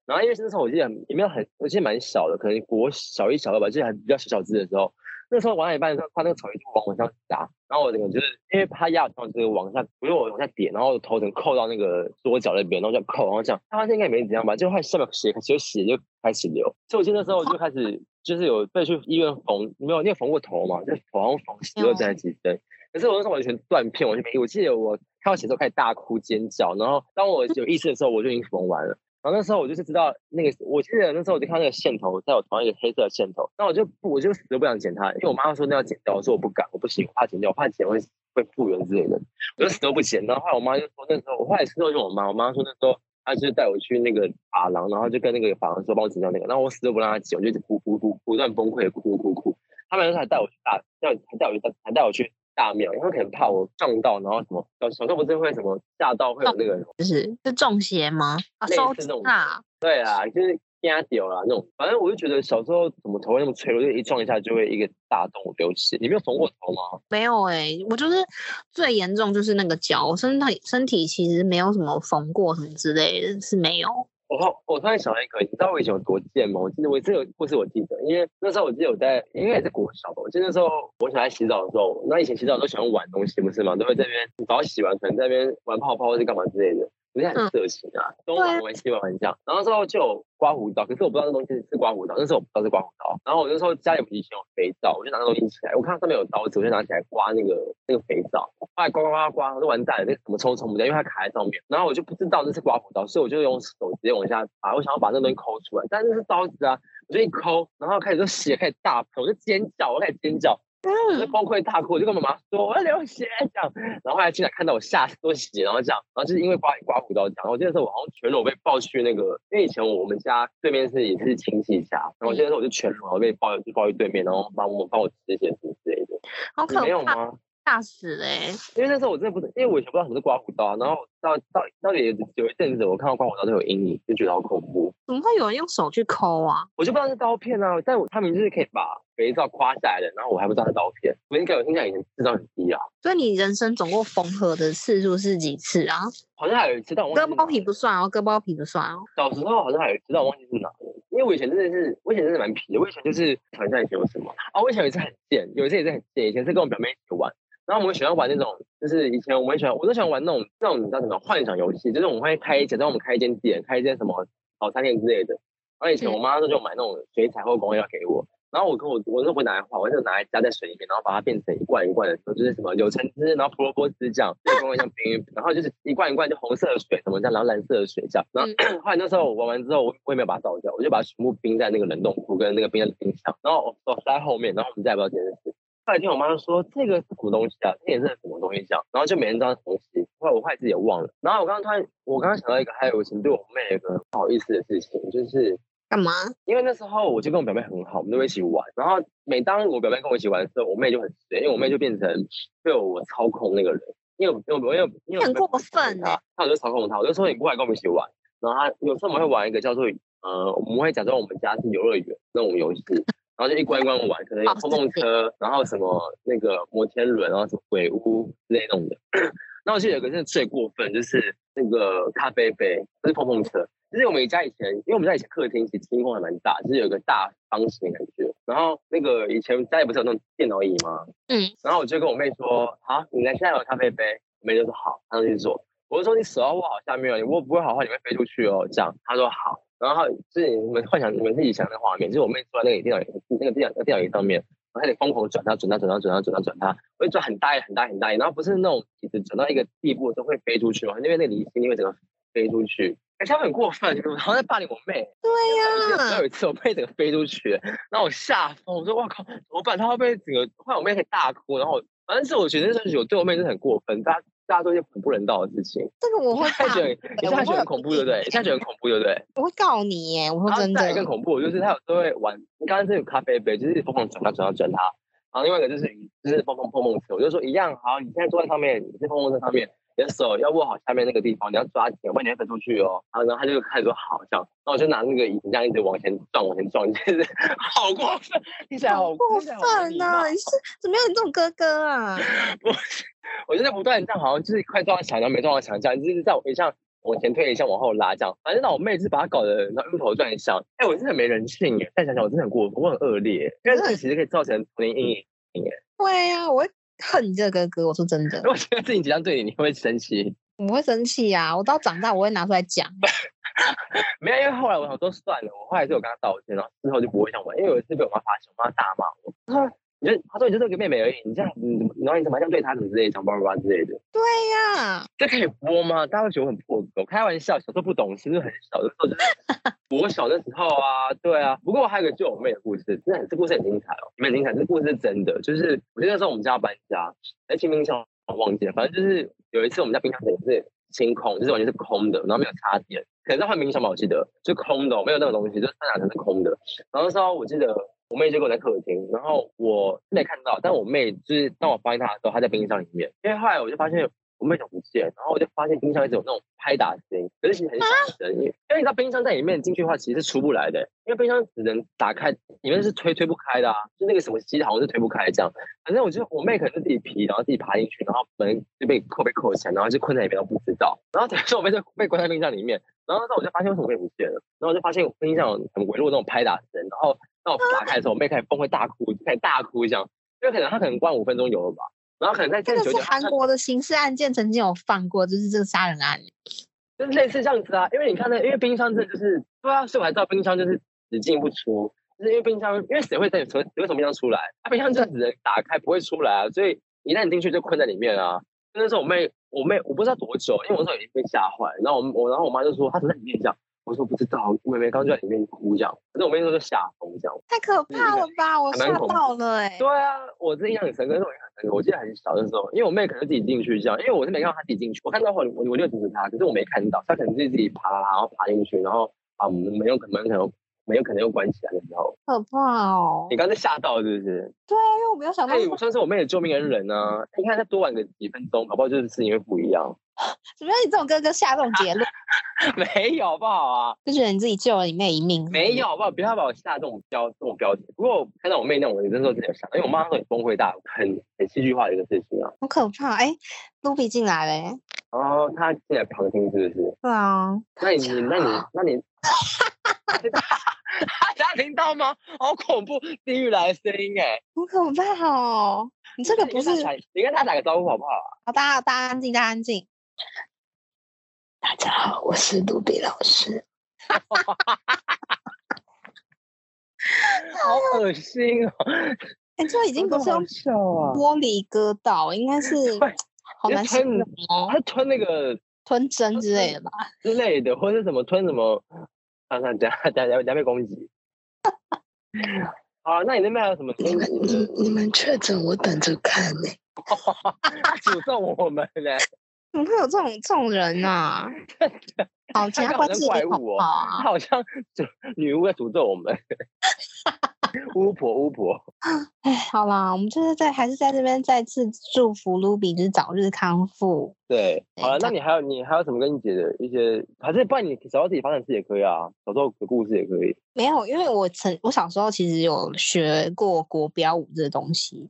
S2: 然后因为那时候我记得很也没有很，我记得蛮小的，可能国小一小二吧，就是还比较小小只的时候。那时候玩到一半的时候，它那个草鱼就往我身上砸，然后我整个就是因为它压我头，就是往下，不是我往下点，然后我头整个扣到那个桌角那边，然后就扣，然后这样，它发现应该也没怎样吧，就后下面血就血就开始流，所以我记得那时候我就开始就是有被去医院缝，没有你有缝过头吗？就头好像缝十二针还是几针，可是我那时候完全断片，我就没，我记得我看到血之后开始大哭尖叫，然后当我有意识的时候，我就已经缝完了。然后那时候我就是知道那个，我记得那时候我就看到那个线头在我头上一个黑色的线头，那我就不我就死都不想剪它，因为我妈妈说那要剪掉，我说我不敢，我不行，我怕剪掉，我怕剪会会复原之类的，我就死都不剪。然后后来我妈就说那时候我后来事后问我妈，我妈说那时候她就是带我去那个发廊，然后就跟那个发廊说帮我剪掉那个，然后我死都不让她剪，我就一直哭哭哭，不断崩溃哭哭哭。他们那时候还带我去大，带还带我去大，还带我去大庙，因为可能怕我撞到，然后什么小小时候不是会什么吓到会有那个
S1: 就是是中邪吗？啊，
S2: 类似
S1: 收
S2: 这
S1: 紧
S2: 种
S1: 啊，
S2: 对啊，就是压掉啦那种。反正我就觉得小时候怎么头会那么脆弱，就一撞一下就会一个大洞流血。你没有缝过头吗？
S1: 没有哎、我就是最严重就是那个脚，我身体身体其实没有什么缝过什么之类的，是没有。
S2: 我好，我突然想到一个，你知道我以前有多贱吗？我记得我这个故事我记得，因为那时候我记得我在，应该也是国小吧。我记得那时候我小孩洗澡的时候，那以前洗澡都喜欢玩东西，不是吗？都会在那边早上洗完，可能在那边玩泡泡或是干嘛之类的。有点很色情啊，东
S1: 嗯对啊
S2: 玩玩西玩玩这样，然后之后就有刮胡刀，可是我不知道那东西是刮胡刀，那时候我不知道是刮胡刀，然后我那时候家里以前有肥皂，我就拿那东西起来，我看到上面有刀子，我就拿起来刮那个那个肥皂，后来刮刮刮刮，我说完蛋了，这怎么抽都抽不掉，因为它卡在上面，然后我就不知道那是刮胡刀，所以我就用手直接往下拔，我想要把那东西抠出来，但是那是刀子啊，我就一抠，然后开始就血开始大喷，我就尖叫，我开始尖叫，我就
S1: 嗯，
S2: 崩溃大哭，我就跟妈妈说我要流血这样，然后后来进来看到我吓死都血，然后这样，然后就是因为刮刮胡刀这样，然后我记得是我好像全裸被抱去那个，因为以前我们家对面是也是亲戚家，然后
S1: 嗯
S2: 我记得是我就全裸然后被抱去抱去对面，然后帮我帮我吃一些什么之类的，
S1: 好
S2: 你
S1: 可
S2: 没有
S1: 怕，
S2: 吗？
S1: 吓死哎、
S2: 因为那时候我真的不是，因为我以前不知道什么是刮胡刀啊，然后到到到底有一阵子我看到刮胡刀都有阴影，就觉得好恐怖。
S1: 怎么会有人用手去抠啊？
S2: 我就不知道是刀片啊，但我他们就是可以把肥皂刮下来的，然后我还不知道是刀片。我应该我印象以前智商很低啊，
S1: 所以你人生总共缝合的次数是几次啊？
S2: 好像还有一次，但我忘
S1: 割
S2: 记
S1: 包
S2: 是
S1: 皮不算哦，割包皮不算哦。
S2: 小时候好像还有，知道忘记是哪了，因为我以前真的是，我以前真的蛮皮的，我以前就是想一下以前有什么啊，我以前有一次很贱，有一次也是很贱，以前是跟我表妹一起玩，然后我们喜欢玩那种，就是以前我们喜欢，我都喜欢玩那种那种你知道什么幻想游戏，就是我们会开，假装我们开一间店，开一间什么早餐店之类的，然后以前我妈那时候就买那种水彩或工要给我。然后我跟我我都不会拿来画，我就拿来加在水里面，然后把它变成一罐一罐的，就是什么柳橙汁，然后胡萝卜汁这样，就跟我像冰玉，然后就是一罐一罐就红色的水什么这样，然后蓝色的水这样。然后、后来那时候我玩完之后，我我也没有把它倒掉，我就把它全部冰在那个冷冻库跟那个冰在冰箱，然后我我塞在后面，然后我们再也不知道这件事。后来听我妈说这个是什么东西啊，这也是什么东西这样，然后就没人知道是什么东西。后来我后来自己也忘了。然后我刚刚突然，我刚刚想到一个，还有我以前对我妹有一个很不好意思的事情，就是
S1: 干嘛？
S2: 因为那时候我就跟我表妹很好，我们都会一起玩。然后每当我表妹跟我一起玩的时候，我妹就很衰，因为我妹就变成被我操控那个人。因为我因为我因为因为我
S1: 很
S2: 妹
S1: 过分欸
S2: 她，她我就操控她，我就说你过来跟我们一起玩。然后她有时候我们会玩一个叫做呃，我们会假装我们家是游乐园那种游戏，然后就一关一关玩，可能有
S1: 好
S2: 碰碰
S1: 刺激
S2: 车，然后什么那个摩天轮，然啊后什么鬼屋之类弄的。 那我记得有个真的最过分，就是那个咖啡杯，不是碰碰车，就是我们家以前，因为我们家以前客厅其实厅空还蛮大，就是有个大方形的感觉。然后那个以前家里不是有那种电脑椅吗？
S1: 嗯。
S2: 然后我就跟我妹说：“好，你来现在有咖啡杯。”我妹就说：“好。”她就去做。我就说：“你手要握好下面哦，你握不会好的话，你会飞出去哦。”这样，她说：“好。”然后就是你们幻想你们自己想的画面，就是我妹坐在那个电脑椅那个电脑那个电脑椅上面，然后开始疯狂转它，转它，转它，转它，转它，转它，会转很大很大很大，然后不是那种椅子转到一个地步都会飞出去嘛，因为那个离心力会整个飞出去。而且他们很过分，然后在霸凌我妹。
S1: 对呀、
S2: 有一次我妹整个飞出去，然后我吓疯，我说哇靠，怎么办？她会不会整个，后来我妹开始大哭，然后反正是我觉得这有对我妹真的很过分，大家大家做一些很不人道的事情。
S1: 这个我会
S2: 现在
S1: 大
S2: 觉得，你现在觉得很恐怖，对不对？你现在觉得很恐怖，对不对？
S1: 我会告你耶！我会
S2: 然后
S1: 真
S2: 啊再来
S1: 的
S2: 更恐怖，就是他有时候会玩，你刚刚这有咖啡杯，就是疯狂转它转它转它，然后另外一个就是就是碰碰碰碰车，我就说一样，好，你现在坐在上面，你在碰碰车上面，你的手要握好下面那个地方，你要抓紧，要不然你会飞出去哦。然后然后他就开始说好这样，然后我就拿那个椅子这样一直往前撞，往前撞，就是 好过分，听起来好
S1: 好过
S2: 听起来好没
S1: 分啊
S2: 礼
S1: 呐、
S2: 貌
S1: 你是怎么有你这种哥哥啊？
S2: 不是，我就在不断这样，好像就是快撞到墙，然后没撞到墙这样，就是在我一向往前推，一向往后拉这样。反正让我妹就是把她搞得然后晕头转向。哎、我真的很没人性耶！再想想，我真的很过分，我很恶劣，因为这个其实可以造成童年阴影。
S1: 对呀、我会恨这个哥哥。我说真的
S2: 如，果觉得自己即将对你，你会不会生气？
S1: 我会生气呀、我到长大我会拿出来讲。
S2: 没有，因为后来我想说算了，我后来就有跟她道歉，然后之后就不会像玩。因为有一次被我妈发现，我妈大骂我，她说你就她说你就这个妹妹而已，你这样你怎么，然后你怎么还这样对她，怎么之类的，讲叭叭叭之类的。
S1: 对啊呀、
S2: 这可以播吗？大家会觉得我很破格，我开玩笑，小时候不懂事，就是很小的时候就是我小的时候啊，对啊。不过我还有一个救我妹的故事，真的很这故事很精彩哦，你们很精彩，这故事是真的。就是我记得那时候我们家要搬家，哎，清冰箱我忘记了，反正就是有一次我们家冰箱整个是清空，就是完全是空的，然后没有插电，可能在换冰箱吧，我记得就空的哦，没有那种东西，就是它两层是空的。然后那时候我记得我妹就跟我在客厅，然后我没看到，但我妹就是当我发现她的时候，她在冰箱里面，因为后来我就发现我妹怎么不见，然后我就发现冰箱一直有那种拍打声音，可是其实很小声，因为因为你知道冰箱在里面进去的话其实是出不来的，因为冰箱只能打开，里面是推推不开的啊，就那个什么机好像是推不开这样。反正我就我妹可能是自己皮，然后自己爬进去，然后门就被扣被扣起来，然后就困在里面，都不知道。然后等于说我妹就被关在冰箱里面，然后那时候我就发现为什么我妹不见了，然后我就发现我冰箱有很微弱那种拍打声，然后当我打开的时候，我妹开始崩溃大哭，就开始大哭这样，因为可能她可能关五分钟有了吧，然后可能在
S1: 这
S2: 更久
S1: 个是
S2: 一点她
S1: 韩国的刑事案件，曾经有放过，就是这个杀人案。
S2: 就是类似这样子啊，因为你看那，因为冰箱这就是对啊，所以我还知道冰箱就是只进不出，就是因为冰箱，因为谁会在从谁会从冰箱出来？啊，冰箱就只能打开，不会出来啊，所以一旦你进去就困在里面啊。那时候我妹，我妹我不知道多久，因为我那时候已经被吓坏，然后我我然后我妈就说她怎么在里面这样，我说不知道，我妹妹刚就在里面哭这样，反正我妹那时候就吓疯这样。
S1: 太可怕了吧！我
S2: 还蛮
S1: 吓
S2: 恐怖
S1: 到了哎、
S2: 对啊，我这印象很深刻，这种印象很深刻。我记得很小的时候，因为我妹可能自己进去这样，因为我是没看到她自己进去，我看到后我我就阻止她，可是我没看到，她可能是自己爬，然后爬进去，然后啊没有可能可能没有可能又关起来的时候，
S1: 可怕哦
S2: 你！刚才吓到是不是？
S1: 对啊，因为我没有想到
S2: 哎、我算是我妹的救命恩人啊！你看再多晚个几分钟，搞不好就是事情会不一样。
S1: 怎么让你这种哥哥下这种结论，
S2: 没有好不好啊？
S1: 就觉得你自己救了你妹一命。
S2: 没有，好不好？不要把我吓这种标这种标题。不过看到我妹那种，我那时候真的有吓到，因为我妈那时候也崩溃大哭，很很戏剧化的一个事情啊。
S1: 好可怕！哎、卢比进来嘞、
S2: 然后她进来旁听是不是？
S1: 对啊，
S2: 那你你那你那你， 大家听到吗？好恐怖，地狱来的声音哎！
S1: 好可怕哦！你这个不是
S2: 你跟大家你跟他打个招呼好不好啊？
S1: 好，大家大家安静，大家安静。大家好，我是卢比老师。
S2: 好恶心哦！
S1: 哎、这已经不是用
S2: 笑啊！
S1: 玻璃割到，应该是
S2: 对
S1: 好
S2: 就
S1: 难
S2: 吞
S1: 形容哦，
S2: 他吞那个
S1: 吞针之类的吧？
S2: 之类的，或者什么吞什么，算算，等下等下等下被攻击。 好，那你那边还有什么？
S3: 你们你你们确诊，我等着看呢、
S2: 他诅咒我们呢？
S1: 怎么会有这种这种人 啊？好，请
S2: 他
S1: 他
S2: 好
S1: 关
S2: 像
S1: 注
S2: 怪
S1: 点好
S2: 物
S1: 不
S2: 哦
S1: 好
S2: 他
S1: 啊？
S2: 好像诅女巫在诅咒我们。 巫婆，巫婆。
S1: 哎，好啦，我们就是在还是在这边再次祝福卢比，就是早日康复。
S2: 对，
S1: 对
S2: 好了，那
S1: 那
S2: 你还有你还有什么跟你姐的一些，还是不然你找到自己发展自己也可以啊，找到的故事也可以。
S1: 没有，因为我曾我小时候其实有学过国标舞这东西。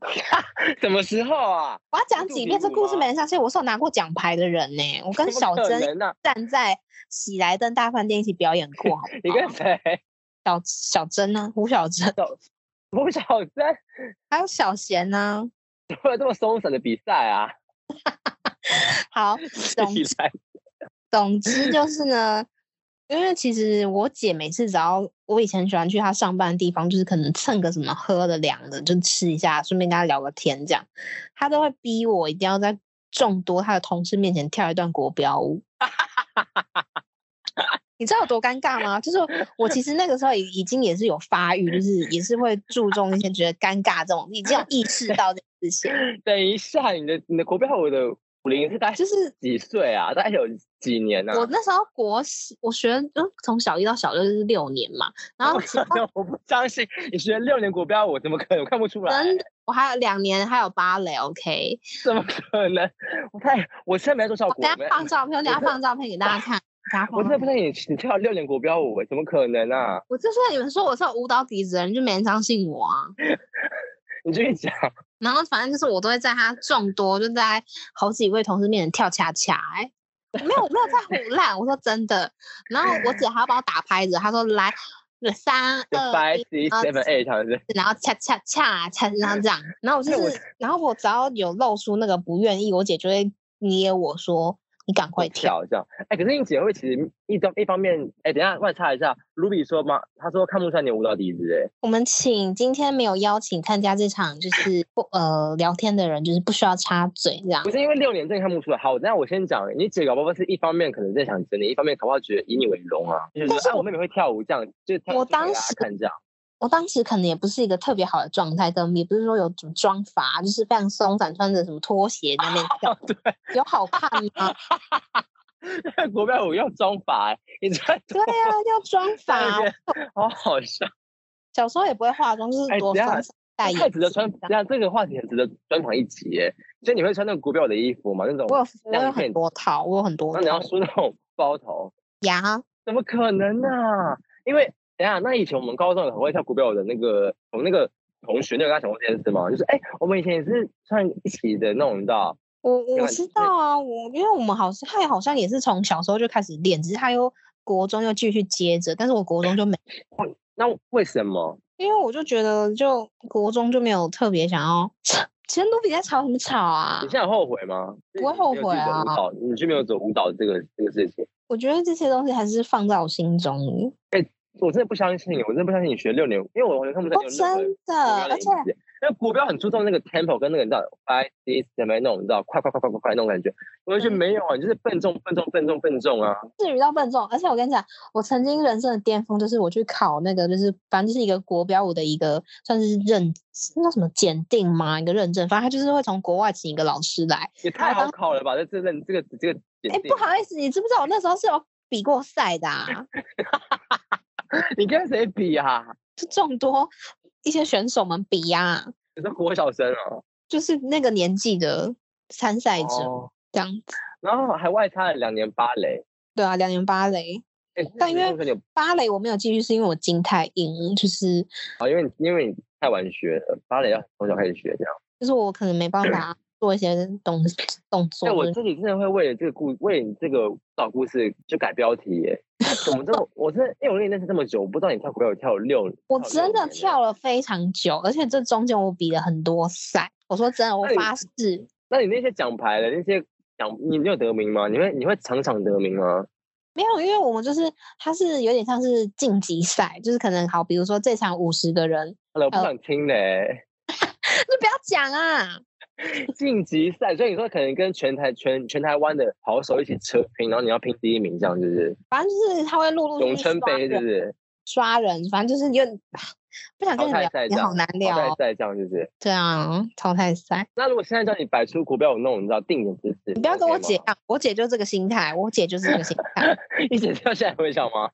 S2: 什么时候啊？
S1: 我要讲
S2: 杜
S1: 几
S2: 比
S1: 遍，这
S2: 舞
S1: 故事
S2: 吗
S1: 没人相信，我是有拿过奖牌的人呢、我跟
S2: 怎么
S1: 小
S2: 可
S1: 珍
S2: 能啊？
S1: 站在喜来登大饭店一起表演过，好不
S2: 你跟
S1: 好
S2: 谁？
S1: 小小珍呢、胡小珍，
S2: 吴小珍
S1: 还有小贤呢、
S2: 怎么有这么松散的比赛啊？
S1: 好，总
S2: 起来，
S1: 总之就是呢，因为其实我姐每次只要我以前喜欢去她上班的地方，就是可能蹭个什么喝的、凉的，就吃一下，顺便跟她聊个天这样，她都会逼我一定要在众多她的同事面前跳一段国标舞。 你知道有多尴尬吗？就是我其实那个时候已已经也是有发育，就是也是会注重一些觉得尴尬这种，已经有意识到这件事情。
S2: 等一下，你的你的国标舞的舞龄是大概
S1: 就是
S2: 几岁啊？大概有几年啊呢、
S1: 我那时候国小我学，嗯，从小一到小六就是六年嘛，然后其他
S2: 那 我不相信你学六年国标舞，怎么可能？我看不出来
S1: 真，的我还有两年还有芭蕾，OK。
S2: 怎么可能？我太，我现在没在做效
S1: 我
S2: 果
S1: 等，
S2: 没
S1: 下放照片，我等下
S2: 真的
S1: 放照片给大家看。大家
S2: 我
S1: 放
S2: 真
S1: 照
S2: 的
S1: 片
S2: 不信你，你跳六年国标舞，怎么可能啊？
S1: 我就说你们说我是有舞蹈底子的人，就没人相信我啊。
S2: 你继续讲，
S1: 然后反正就是我都会在他众多，就在好几位同事面前跳恰恰、欸。我没有，我没有在胡乱，我说真的。然后我姐还要帮我打拍子，她说来三
S2: 就
S1: 二
S2: five
S1: 一，
S2: six
S1: 呃
S2: seven eight 好像是。
S1: 然后恰恰恰恰，然后这样。然后我就
S2: 哎我
S1: 是，然后我只要有露出那个不愿意，我姐就会捏我说你赶快跳。
S2: 跳这样，哎、可是你姐会其实一方一方面，哎、等一下外插一下，卢比说嘛，她说看不出来你舞蹈底子，哎，
S1: 我们请今天没有邀请参加这场就是不呃聊天的人，就是不需要插嘴这样
S2: 不。是因为六年真的看不出来。好，那我先讲，你姐搞不好是一方面可能在想整你，一方面搞不好觉得以你为荣啊，就是
S1: 但是
S2: 说，哎、
S1: 我
S2: 我妹妹会跳舞这样，就跳
S1: 我
S2: 就给大
S1: 当
S2: 家
S1: 时
S2: 看这样。
S1: 我当时可能也不是一个特别好的状态，跟也不是说有什么妆法，就是非常松散，穿着什么拖鞋在那边 跳，有好看吗？
S2: 对，国标舞用中法、哎你穿
S1: 对啊，要妆 法。
S2: 对好好笑，
S1: 小时候也不会化妆，就是
S2: 哎
S1: 多
S2: 等一
S1: 松
S2: 下
S1: 散戴
S2: 太
S1: 眼
S2: 值得
S1: 镜这
S2: 穿
S1: 样。，
S2: 这样这个话题很值得专访一集耶。所以你会穿那种国标舞的衣服吗？那种
S1: 我，有我有
S2: 亮片
S1: 很多套，我有很多
S2: 那你要
S1: 套
S2: 梳那种包头。
S1: 牙。
S2: 怎么可能啊？因为等一下，那以前我们高中很会跳国标舞的那个，我们那个同学，你有跟他讲过这件事吗？就是哎、我们以前也是穿一起的那种，你知道？
S1: 我
S2: 对
S1: 我
S2: 吧
S1: 知
S2: 你
S1: 道啊，我因为我们好像他也好像也是从小时候就开始练，只是他又国中又继续接着，但是我国 中就没。
S2: 那为什么？
S1: 因为我就觉得，就国中就没有特别想要。 其实卢比在吵什么吵啊
S2: 你？现在有后悔吗？
S1: 不会后悔啊
S2: 就是没有自己的舞蹈，你就没有走舞蹈这个这个事情。
S1: 我觉得这些东西还是放在我心中。
S2: 我真的不相信，我真的不相信你学六年，因为我完全看不出来
S1: 哦，
S2: 你有任何
S1: 真的，
S2: 国标的影
S1: 而且
S2: 子耶。因为国标很注重那个 tempo 跟那个你知道 five six seven 那种你知道快快快快快快那种感觉，我就觉得
S1: 嗯
S2: 没有啊，你就是笨重笨重笨重笨重啊！
S1: 至于到笨重，而且我跟你讲，我曾经人生的巅峰就是我去考那个，就是反正就是一个国标舞的一个算是认那叫什么检定嘛，一个认证，反正他就是会从国外请一个老师来。
S2: 也太好考了吧？这这这个这个检
S1: 啊哎，
S2: 定
S1: 不好意思，你知不知道我那时候是有比过赛的、啊，
S2: 你跟谁比啊？
S1: 就众多一些选手们比呀、啊，
S2: 你说国小生啊？
S1: 就是那个年纪的参赛者
S2: 哦，
S1: 这样子。
S2: 然后还外插了两年芭蕾。
S1: 对啊，两年芭蕾，
S2: 哎
S1: 但因为
S2: 那时候你有
S1: 芭蕾我没有继续是因为我金太硬，就是
S2: 啊，因为你因为你太晚学了，芭蕾要从小开始学这样。
S1: 就是我可能没办 法做一些动动作
S2: 哎，。我
S1: 就是
S2: 自己真的会为了这个故，为你这个小故事就改标题耶。哎怎么这么？我真的因为我跟你认识这么久，我不知道你跳国标舞跳六，
S1: 我
S2: 跳
S1: 真
S2: 六
S1: 的
S2: 年耶。
S1: 跳了非常久，而且这中间我比了很多赛。我说真的，我
S2: 那你
S1: 发誓，
S2: 那你那些奖牌的那些奖，你你有得名吗？你会你会场场得名吗？
S1: 没有，因为我们就是它是有点像是晋级赛，就是可能好，比如说这场五十个人，
S2: 好了，我不想听嘞。
S1: 就不要讲啊，
S2: 晋级赛，所以你说可能跟全台全全台湾的好手一起车拼，然后你要拼第一名，这样就是
S1: 反正就是他会陆陆续
S2: 总
S1: 续
S2: 称
S1: 哦刷
S2: 杯，是不
S1: 人
S2: 是？
S1: 刷人，反正就是有点不想跟
S2: 淘
S1: 你
S2: 汰赛，
S1: 聊
S2: 这
S1: 也
S2: 样，
S1: 好难
S2: 淘汰
S1: 聊。哦
S2: 赛这样，是不是？
S1: 对啊，淘汰赛，
S2: 那如果现在叫你摆出国标舞那种，你知道定点姿势，
S1: 你不要跟我姐
S2: OK 吗，
S1: 啊，我姐就这个心态，我姐就是这个心态，
S2: 你姐跳现在会笑吗？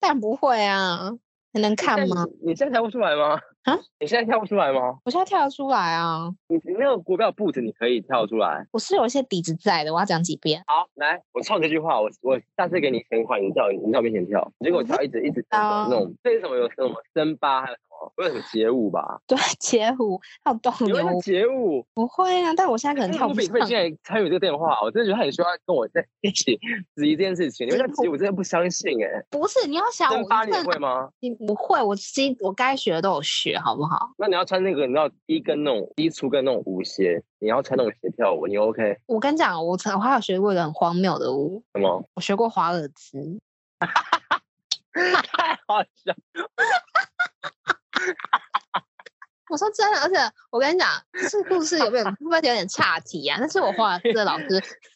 S1: 但不会啊，还能看
S2: 现在
S1: 吗？
S2: 你？你现在跳不出来吗？
S1: 啊？
S2: 你现在跳不出来吗？
S1: 我现在跳得出来啊，
S2: 你你那个国标步子你可以跳出来。
S1: 我是有一些底子在的，我要讲几遍。啊
S2: 好，来，我唱这句话，我我下次给你一千块，你跳，你在我面前跳，结果我跳一直一直跳
S1: 道
S2: 那种，这是什么？有什么森巴，还有什么？我有什么街舞吧？
S1: 对，街舞还有斗
S2: 你会
S1: 牛
S2: 跳
S1: 舞，
S2: 街舞？
S1: 不会啊，但我现在可能
S2: 那
S1: 跳
S2: 卢
S1: 不
S2: 比
S1: 上
S2: 会。进来参与这个电话，我真的觉得他很需要跟我在一起质疑这件事情。因为他质疑我真的不相信哎、
S1: 不是，你要想
S2: 真
S1: 我
S2: 巴你也
S1: 真的
S2: 会吗？
S1: 你不会，我基我该学的都有学，好不好？
S2: 那你要穿那个你知道低跟那种低粗跟那种舞鞋，你要穿那种鞋跳舞，你 OK
S1: 我跟你讲，我曾我还有学过一个很荒谬的舞，
S2: 什么？
S1: 我学过华尔兹。
S2: 太好笑！
S1: 我说真的，而且我跟你讲，这故事有没有会不会有点岔题啊？但是我华尔兹的老师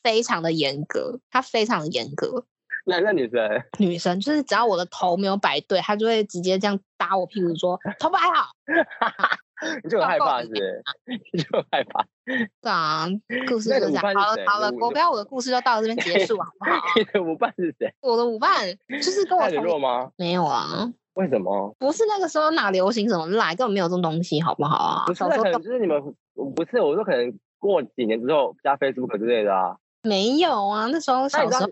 S1: 非常的严格，他非常的严格，
S2: 那那女生，
S1: 女生就是只要我的头没有摆对，她就会直接这样打我屁股说头摆好。
S2: 你就很害怕是不是？ 你就很害怕。
S1: 对啊，故事
S2: 那
S1: 就
S2: 你
S1: 这
S2: 舞
S1: 样。
S2: 伴是
S1: 好了
S2: 谁
S1: 好了
S2: 你，舞
S1: 国标我的故事就到这边结束好不好？
S2: 你的舞伴是谁？
S1: 我的舞伴就是跟我
S2: 太
S1: 同
S2: 弱吗？
S1: 没有啊，
S2: 为什么？
S1: 不是那个时候哪流行什么赖，根本没有这种东西，好不好啊
S2: 不？是，
S1: 小
S2: 那
S1: 时候
S2: 可
S1: 根
S2: 能就
S1: 本
S2: 是你们不是，我说可能过几年之后加 Facebook 之类的啊。
S1: 没有啊，那时候
S2: 那
S1: 小
S2: 你知
S1: 时
S2: 道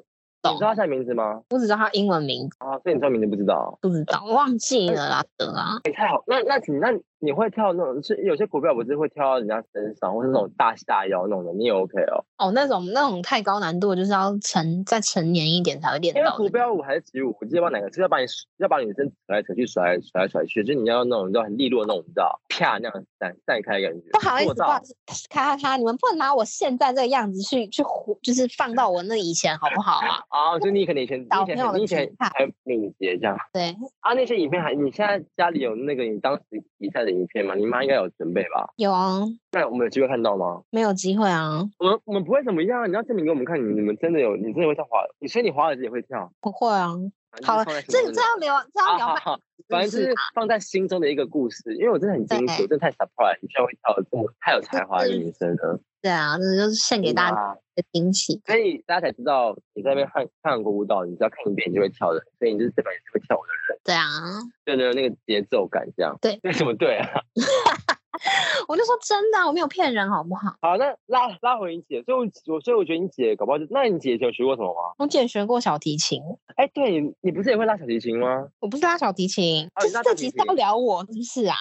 S1: 候
S2: 你知道他现在名字吗？
S1: 我只知道他英文名字，
S2: 啊，所以你知道名字不知道？
S1: 不知道呃忘记了啦，得啊，
S2: 哎、太好，那那你那你会跳那种，是有些股票不是会跳到人家身上，或是那种大下腰那种的，你也 OK 哦。
S1: 哦，那种那种太高难度，就是要成再成年一点才会练
S2: 因为
S1: 到
S2: 股
S1: 的。
S2: 标舞还是起舞，我记得不知道哪个是要把你要把女生扯来扯去、甩来甩来甩去，就是你要那种你知道很利落的那种，你知道啪那样散散开的感觉。
S1: 不好意
S2: 做
S1: 思，不
S2: 到
S1: 好意思，咔咔咔，你们不能拿我现在这个样子去去胡，就是放到我那以前好不好啊？
S2: 啊，就你可能以 前你以
S1: 小
S2: 前
S1: 朋
S2: 很
S1: 友的
S2: 你以前
S1: 心态
S2: 很敏捷这样
S1: 对，
S2: 啊。那些影片还你现在家里有那个你当时比赛的影片吗？你妈应该有准备吧？
S1: 有啊，
S2: 那我们有机会看到吗？
S1: 没有机会啊，
S2: 我们我们不会怎么样，你要证明给我们看，你你们真的有，你真的会跳华尔，你所以你华尔兹也会跳。
S1: 不会啊。
S2: 反正
S1: 好了，
S2: 就是放在心中
S1: 这这
S2: 的
S1: 要聊，这要
S2: 啊
S1: 聊
S2: 好
S1: 半
S2: 好反正就是放在心中的一个故事，因为我真的很惊喜，
S1: 对
S2: 我真的太 surprise，你居然会跳得这么太有才华的一个女生了，
S1: 对啊，这就是献给大家
S2: 家。
S1: 的惊喜。
S2: 所以大家才知道你在那边看看韩国舞蹈，你只要看一遍你就会跳的，所以你就是这本也是会跳舞的人，
S1: 对啊，
S2: 对对，那个节奏感这样。
S1: 对，
S2: 为什么对啊？
S1: 我就说真的啊，我没有骗人，好不好？
S2: 好，那拉拉回你姐，所以我我所以我觉得你姐搞不好就，那你姐以前有学过什么吗？
S1: 我姐学过小提琴，
S2: 哎，对你你不是也会拉小提琴吗？
S1: 我不是拉小提琴，
S2: 哦
S1: 就
S2: 你拉
S1: 是这
S2: 小提
S1: 集是要
S2: 琴
S1: 聊我是不是啊？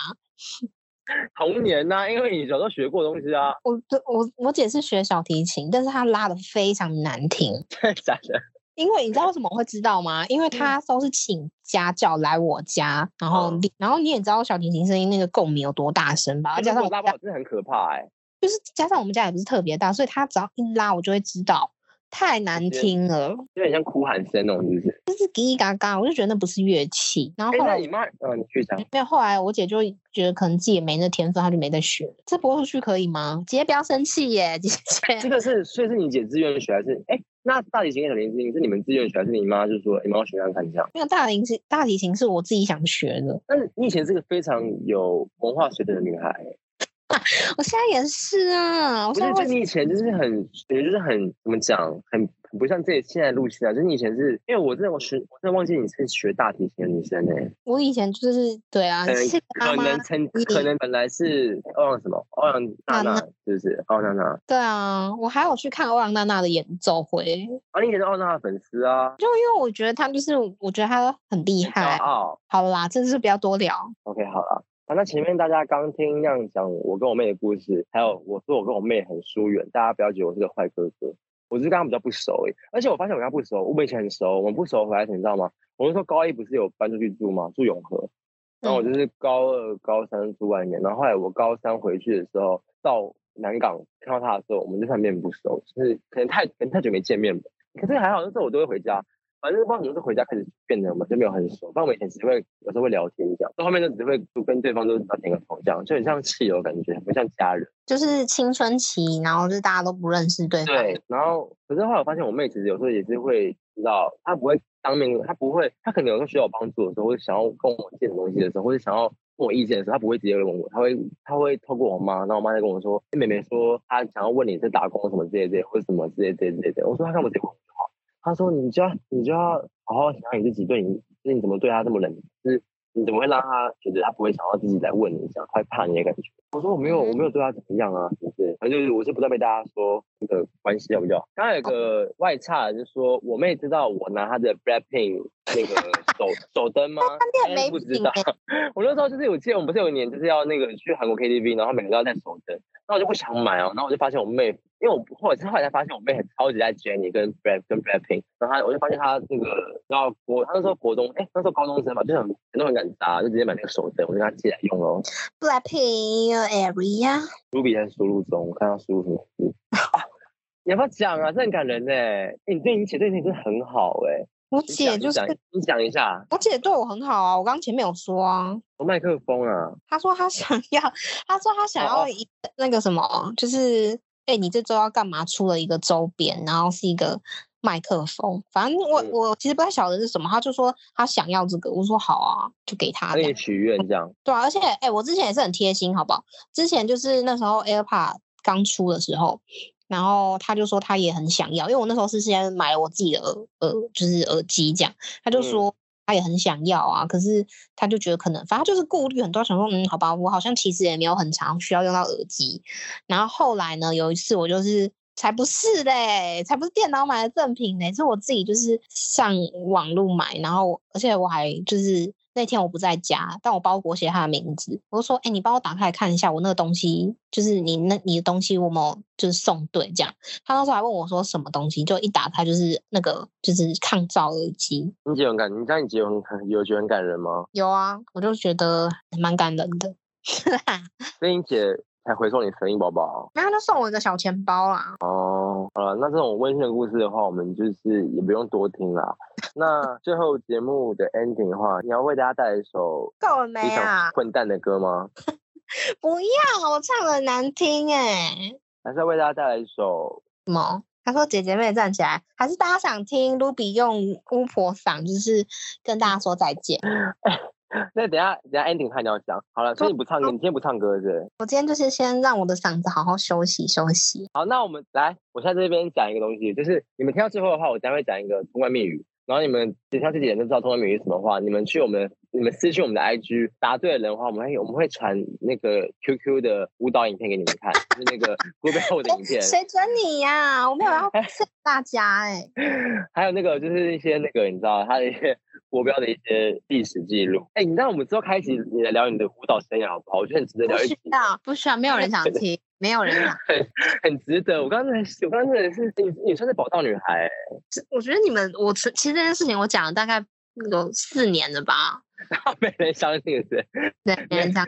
S2: 童年呐、因为你小时候学过东西 啊，
S1: 我对我我姐是学小提琴，但是她拉的非常难听。
S2: 真的假的？
S1: 因为你知道为什么我会知道吗？
S2: 嗯
S1: 因为她都是请家教来我家，然后
S2: 嗯
S1: 练、然后你也知道小提琴声音那个共鸣有多大声吧？加上我
S2: 啊拉
S1: 们
S2: 不
S1: 家
S2: 好真的很可怕哎、
S1: 就是加上我们家也不是特别大，所以她只要一拉我就会知道太难
S2: 觉得
S1: 听了，
S2: 有点像哭喊声那种，是不是？
S1: 就是叽叽嘎嘎，我就觉得那不是乐器。然后
S2: 哎、
S1: 后
S2: 那
S1: 来
S2: 你妈，嗯，你去讲。
S1: 因为后来我姐就觉得可能自己也没那天分，她就没再学了。这播出去可以吗？姐姐不要生气耶，姐
S2: 这
S1: 姐。
S2: 个是，所以是你姐自愿学还是？哎、那大提琴跟小提琴是你们自愿学，还是你妈就说哎你们要学看看这样？
S1: 那个大提琴，大提琴是我自己想学的，
S2: 但是你以前是个非常有文化水准的女孩、
S1: 我现在也是啊。我
S2: 不
S1: 现在
S2: 是？
S1: 会
S2: 就你以前就是很，感觉就是很怎么讲，很很不像这现在路线啊。就是你以前是，因为我真的我学，我真的忘记你是学大提琴的女生哎、
S1: 我以前就是对啊，
S2: 可能
S1: 谢谢妈
S2: 呃可
S1: 妈，
S2: 能曾
S1: 你
S2: 可能本来是欧阳什么欧阳娜
S1: 娜
S2: 娜
S1: 娜
S2: 是不是欧阳娜娜？
S1: 对啊，我还有去看欧阳娜娜的演奏会，
S2: 啊，你以前是欧阳娜娜的粉丝啊，
S1: 就因为我觉得她就是，我觉得她很厉
S2: 很骄
S1: 害。
S2: 傲。
S1: 好了啦，这次不要多聊，
S2: OK，好了。啊，那前面大家刚听那样讲我跟我妹的故事，还有我说我跟我妹很疏远，大家不要觉得我是个坏哥哥，我就是跟他比较不熟而已。而且我发现我跟他不熟，我们以前很熟，我们不熟回来你知道吗？我们说高一不是有搬出去住吗？住永和，然
S1: 嗯
S2: 后我就是高二、高三住外面，然后后来我高三回去的时候，到南港看到他的时候，我们就算面不熟，就是可能太可能太久没见面了。可是还好，那时候我都会回家，反正不知道什么时候回家开始变得我们就没有很熟，不然我们以前只会有时候会聊天这样，到后面就只会跟对方都聊天个头这样，就很像室友感觉，很不像家人。
S1: 就是青春期，然后就大家都不认识对方。
S2: 对，然后可是后来我发现我妹其实有时候也是会知道，她不会当面，她不会，她可能有时候需要我帮助的时候，或者想要跟我借什么东西的时候，或者想要。问我意见的时候，她不会直接问我，她会她会透过我妈，然后我妈再跟我说，哎妹妹说她想要问你在打工什么之类之类，或者什么之类之类之类的。我说她干嘛直接问我就好，她说你就要你就要好好想想你自己对你，就是你怎么对她这么冷，就是你怎么会让她觉得她不会想要自己来问你，这样她会怕你的感觉。我说我没有，我没有对他怎么样啊，是不是？反正就是我是不断被大家说那个关系要不要。刚刚有个外差，就是说我妹知道我拿她的 Blackpink 那个 手手灯吗？
S1: 她
S2: 她
S1: 没
S2: 哎不知
S1: 品
S2: 道
S1: 欸。
S2: 我那时候就是我记得我们不是有一年就是要那个去韩国 KTV，然后每个人都要戴手灯，那我就不想买哦、然后我就发现我妹，因为我后来后来才发现我妹很超级爱 Jennie 跟 Brad 跟 Blackpink，然后她我就发现她那个，然后国她那时候国中，哎、那时候高中生嘛，就很很多人敢砸，就直接买那个手灯，我就跟她借来用喽。
S1: Blackpink area，
S2: Ruby 在输入中，我看他输入什么字。啊 你要不要讲啊？这很感人呢、欸你对你姐对你真的很好哎、
S1: 我
S2: 你
S1: 姐
S2: 讲
S1: 就是
S2: 你讲你讲一下，
S1: 我姐对我很好啊，我刚前面有说啊，
S2: 我麦克风啊，
S1: 她说她 想要，她说她想
S2: 哦
S1: 要一那个什么，就是哎、欸你这周要干嘛？出了一个周边，然后是一个麦克风，反正我
S2: 嗯
S1: 我其实不太晓得是什么，他就说他想要这个，我说好啊，就给他
S2: 他
S1: 这
S2: 给你
S1: 样。
S2: 许愿这样，
S1: 对啊，而且哎、我之前也是很贴心，好不好？之前就是那时候 AirPod 刚出的时候，然后他就说他也很想要，因为我那时候是先买了我自己的耳耳，就是耳机这样，他就
S2: 嗯
S1: 说。他也很想要啊，可是他就觉得可能，反正他就是顾虑很多，想说，嗯，好吧，我好像其实也没有很常需要用到耳机。然后后来呢，有一次我就是才不是嘞，才不是电脑买的赠品嘞，是我自己就是上网络买，然后而且我还就是那天我不在家，但我包裹写他的名字，我就说，哎、你帮我打开来看一下，我那个东西就是你那你的东西我们就是送对这样。他那时候还问我说什么东西，就一打开就是那个就是抗噪耳机，
S2: 你姐很感，你家你姐很很有觉得很感人吗？
S1: 有啊，我就觉得蛮感人的。
S2: 所以你姐才回送你神力宝宝
S1: 然后他就送我一个小钱包啦，
S2: 哦。好了，那这种温馨的故事的话，我们就是也不用多听 啦。那最后节目的 ending 的话，你要为大家带来一首
S1: 够了没
S2: 非常
S1: 啊？
S2: 混蛋的歌吗？
S1: 不要，我唱的难听哎、
S2: 还是要为大家带来一首？
S1: 什么？他说：“姐姐妹站起来，还是大家想听 Ruby 用巫婆嗓，就是跟大家说再见。
S2: 那等一下等一下 ending 他你要讲好了，所以你不唱歌，你今天不唱歌是不是？
S1: 我今天就是先让我的嗓子好好休息休息。
S2: 好，那我们来，我现在这边讲一个东西，就是你们听到最后的话，我等下会讲一个通关密语，然后你们等下自己也能知道通关密语是什么话，你们去我们你们私信我们的 IG 答对的人的话，我们会我们会传那个 QQ 的舞蹈影片给你们看，就是那个 g o o g l 的影片，
S1: 哎哦谁准你呀、我没 有要骗大家哎、
S2: 还有那个就是一些那个你知道他的一些国标的一些历史记录。哎、你知道我们之后开始你来聊你的舞蹈生涯好不好？我觉得很值得
S1: 不
S2: 聊一集
S1: 需，要，不需要，没有人想 听，没有人 想。
S2: 很值得。我刚才我刚才真的是你你算是宝藏女孩、
S1: 这我觉得你们，我其其实这件事情我讲了大概有四年了吧，
S2: 没人相信是。
S1: 对，没人想，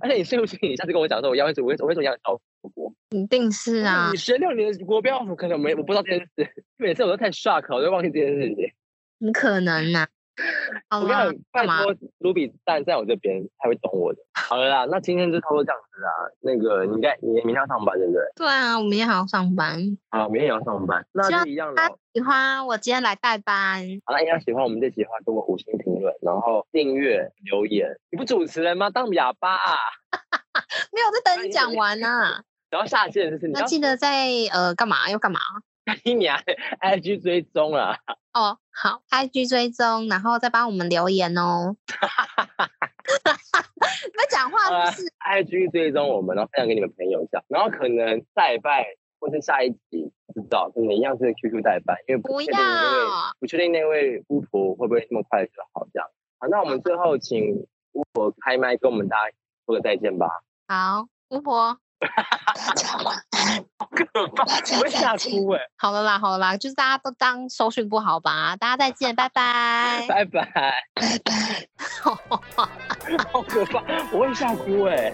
S2: 而且你信不信？你下次跟我讲说，我要会我会我会做样的效果。
S1: 一定是啊
S2: 你，学六年的国标，我可能没我不知道这件事，每次我都太 shock，了我都忘记这件事情。
S1: 很可能呐、好
S2: 我跟
S1: 啦
S2: 你讲，拜
S1: 干嘛
S2: 托卢比站在我这边，他会懂我的。好了啦，那今天就差不多这样子啦。那个你应该你明天要上班对不对？
S1: 对啊，我明天还要上班。
S2: 啊，明天也要上班，那
S1: 希望
S2: 就一样
S1: 大家
S2: 了。
S1: 喜欢我今天来代班，
S2: 好，那大家喜欢我们这期的话，给我五星评论，然后订阅留言。你不主持人吗？当哑巴、啊。
S1: 没有在等
S2: 那
S1: 你
S2: 啊你
S1: 讲完呢、啊
S2: 然后下线就是你
S1: 那
S2: 要
S1: 记得在呃干嘛要干嘛
S2: 一 年 IG 追踪啊。
S1: 哦。好，IG 追踪，然后再帮我们留言哦。 你们讲
S2: 好啊
S1: 话
S2: 啦
S1: 是不是？
S2: IG 追踪我们，然后分享给你们朋友一下，然后可能下一拜或是下一集不知道，可能一样是 QQ 代班，因为
S1: 不
S2: 确定那位
S1: 要
S2: 不确定那位巫婆会不会这么快就好这样。好，那我们最后请巫婆开麦跟我们大家说个再见吧。
S1: 好，巫婆，
S3: 大家晚安，大家
S2: 我也
S3: 再
S2: 吓
S3: 见，
S2: 哭哎、
S1: 好了啦，好了啦，就是大家都当收讯不好吧，大家再见，拜拜。
S2: 拜拜，
S3: 拜拜。
S2: 好可怕，我会吓哭哎、